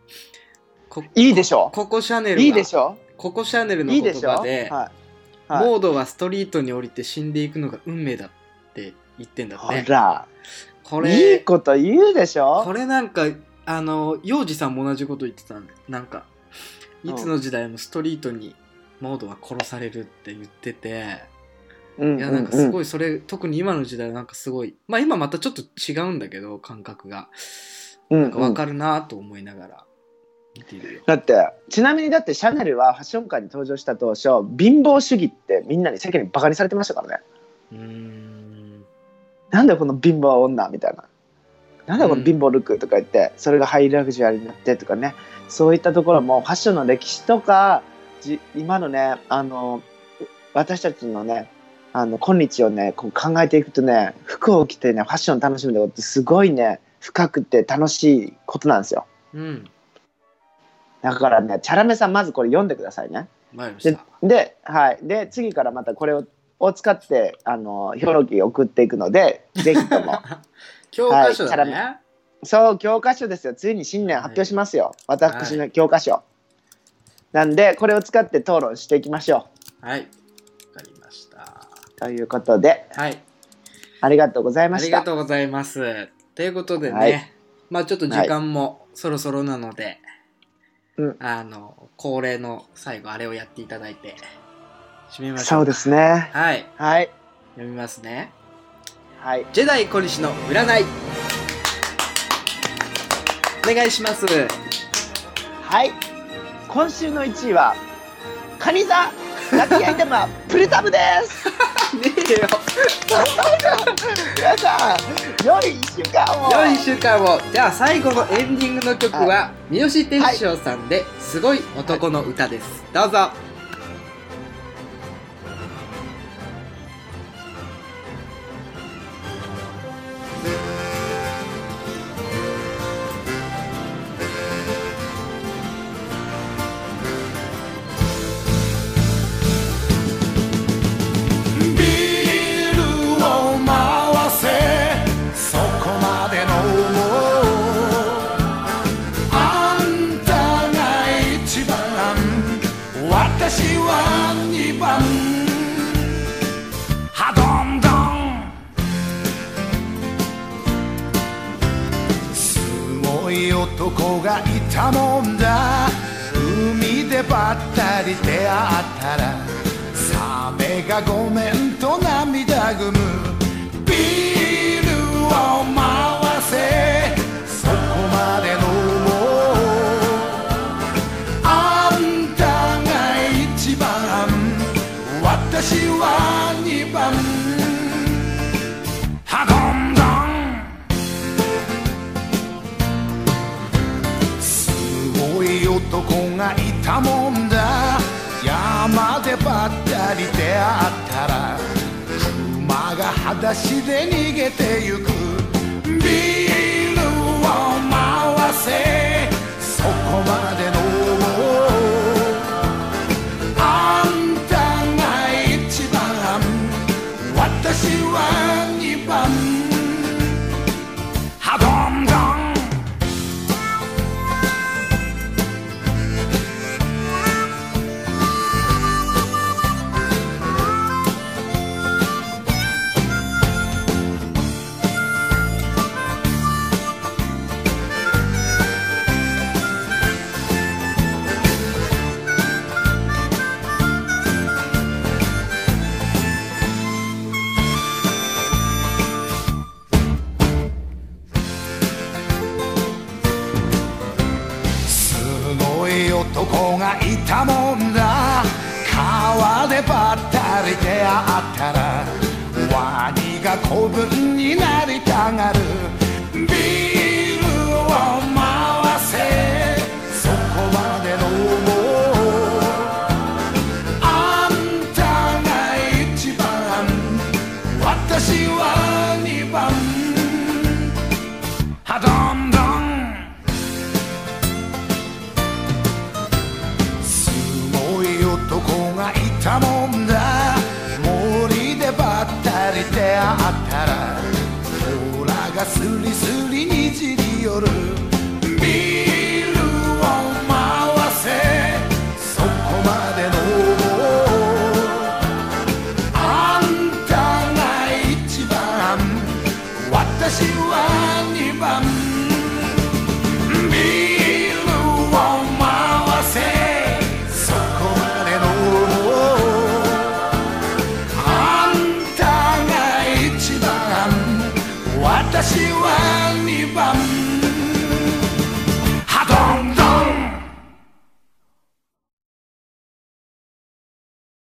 A: こ
B: いいでしょ
A: ここシャネル
B: う
A: が
B: いいでしょ
A: ここシャネル
B: う
A: の
B: いい
A: 言
B: でしょう
A: 葉で、
B: はいはい
A: モードはストリートに降りて死んでいくのが運命だって言ってんだっ
B: ほ
A: て。
B: ら
A: こ
B: い
A: れ
B: いこと言うでし
A: こ
B: ょ
A: れなんかあの幼児さんも同じこと言ってたんだよなんかいつの時代もストリートにモードは殺されるって言ってて
B: うん
A: いや
B: うん
A: なんかす
B: うん
A: ごいそれ特に今の時代なんかすごいまあ今またちょっと違うんだけど感覚が
B: うん
A: なんかわかるなと思いながら見ているよ
B: だってちなみにだってシャネルはファッション界に登場した当初貧乏主義ってみんなに世間にバカにされてましたからね
A: うーん
B: なんだこの貧乏女みたいな。なんだこの貧乏ルックとか言って、それがハイラグジュアリーになってとかねそういったところもファッションの歴史とかじ今のねあの私たちのねあの今日をねこう考えていくとね服を着てねファッションを楽しむってことってすごいね深くて楽しいことなんですよ
A: うん。
B: だからねチャラメさんまずこれ読んでくださいね
A: わかりまし
B: で
A: た。
B: で,、はい、で次からまたこれをを使ってあのヒョロキ送っていくのでぜひとも
A: 教科書だね。
B: そう教科書ですよついに新年発表しますよ、私の教科書、なんでこれを使って討論していきましょ
A: はい。わかりました。
B: うということで
A: はい。
B: ありがとうございま
A: あ
B: し
A: り
B: た
A: がとうございます。ということでね、
B: はい
A: まあちょっと時間もそろそろなので、
B: うん
A: あの、恒例の最後、あれをやっていただいて、締めましょ。
B: そううですね
A: はい。
B: はい
A: 読みますね。
B: はい
A: ジェダイ小西の占い。お願いします。
B: はい今週の1位はカニ座ラッキーアイテムはプルタブです
A: ねえよ。
B: 皆さん良い1週間を
A: 良い1週間をじゃあ最後のエンディングの曲は、三好天翔さんで「すごい男の歌」です、どうぞ
C: ビールを回せそこまでのあんたが一番私は二番はどんどんすごい男がいたもんだ海でばったり出会ったらサメがごめんと涙ぐむビールを回せそこまで飲もうあんたが一番私は二番はどんどんすごい男がいたもんだ山でばったり出会ったら熊が裸足で逃げてゆくビールを回せそこまで飲もうあんたが一番私は二番はどんどんすごい男がいたもんだ川でばったり出会ったらワニが子分になりたがるビールを回せそこまで飲もうあんたが一番私は二番はどんどんすごい男がいたもんだ森でばったり出会ったら甲羅がスリスリにじり寄るビールを回せそこまで飲もうあんたが一番私は二番ビールを回せそこまで飲もうあんたが一番私は二番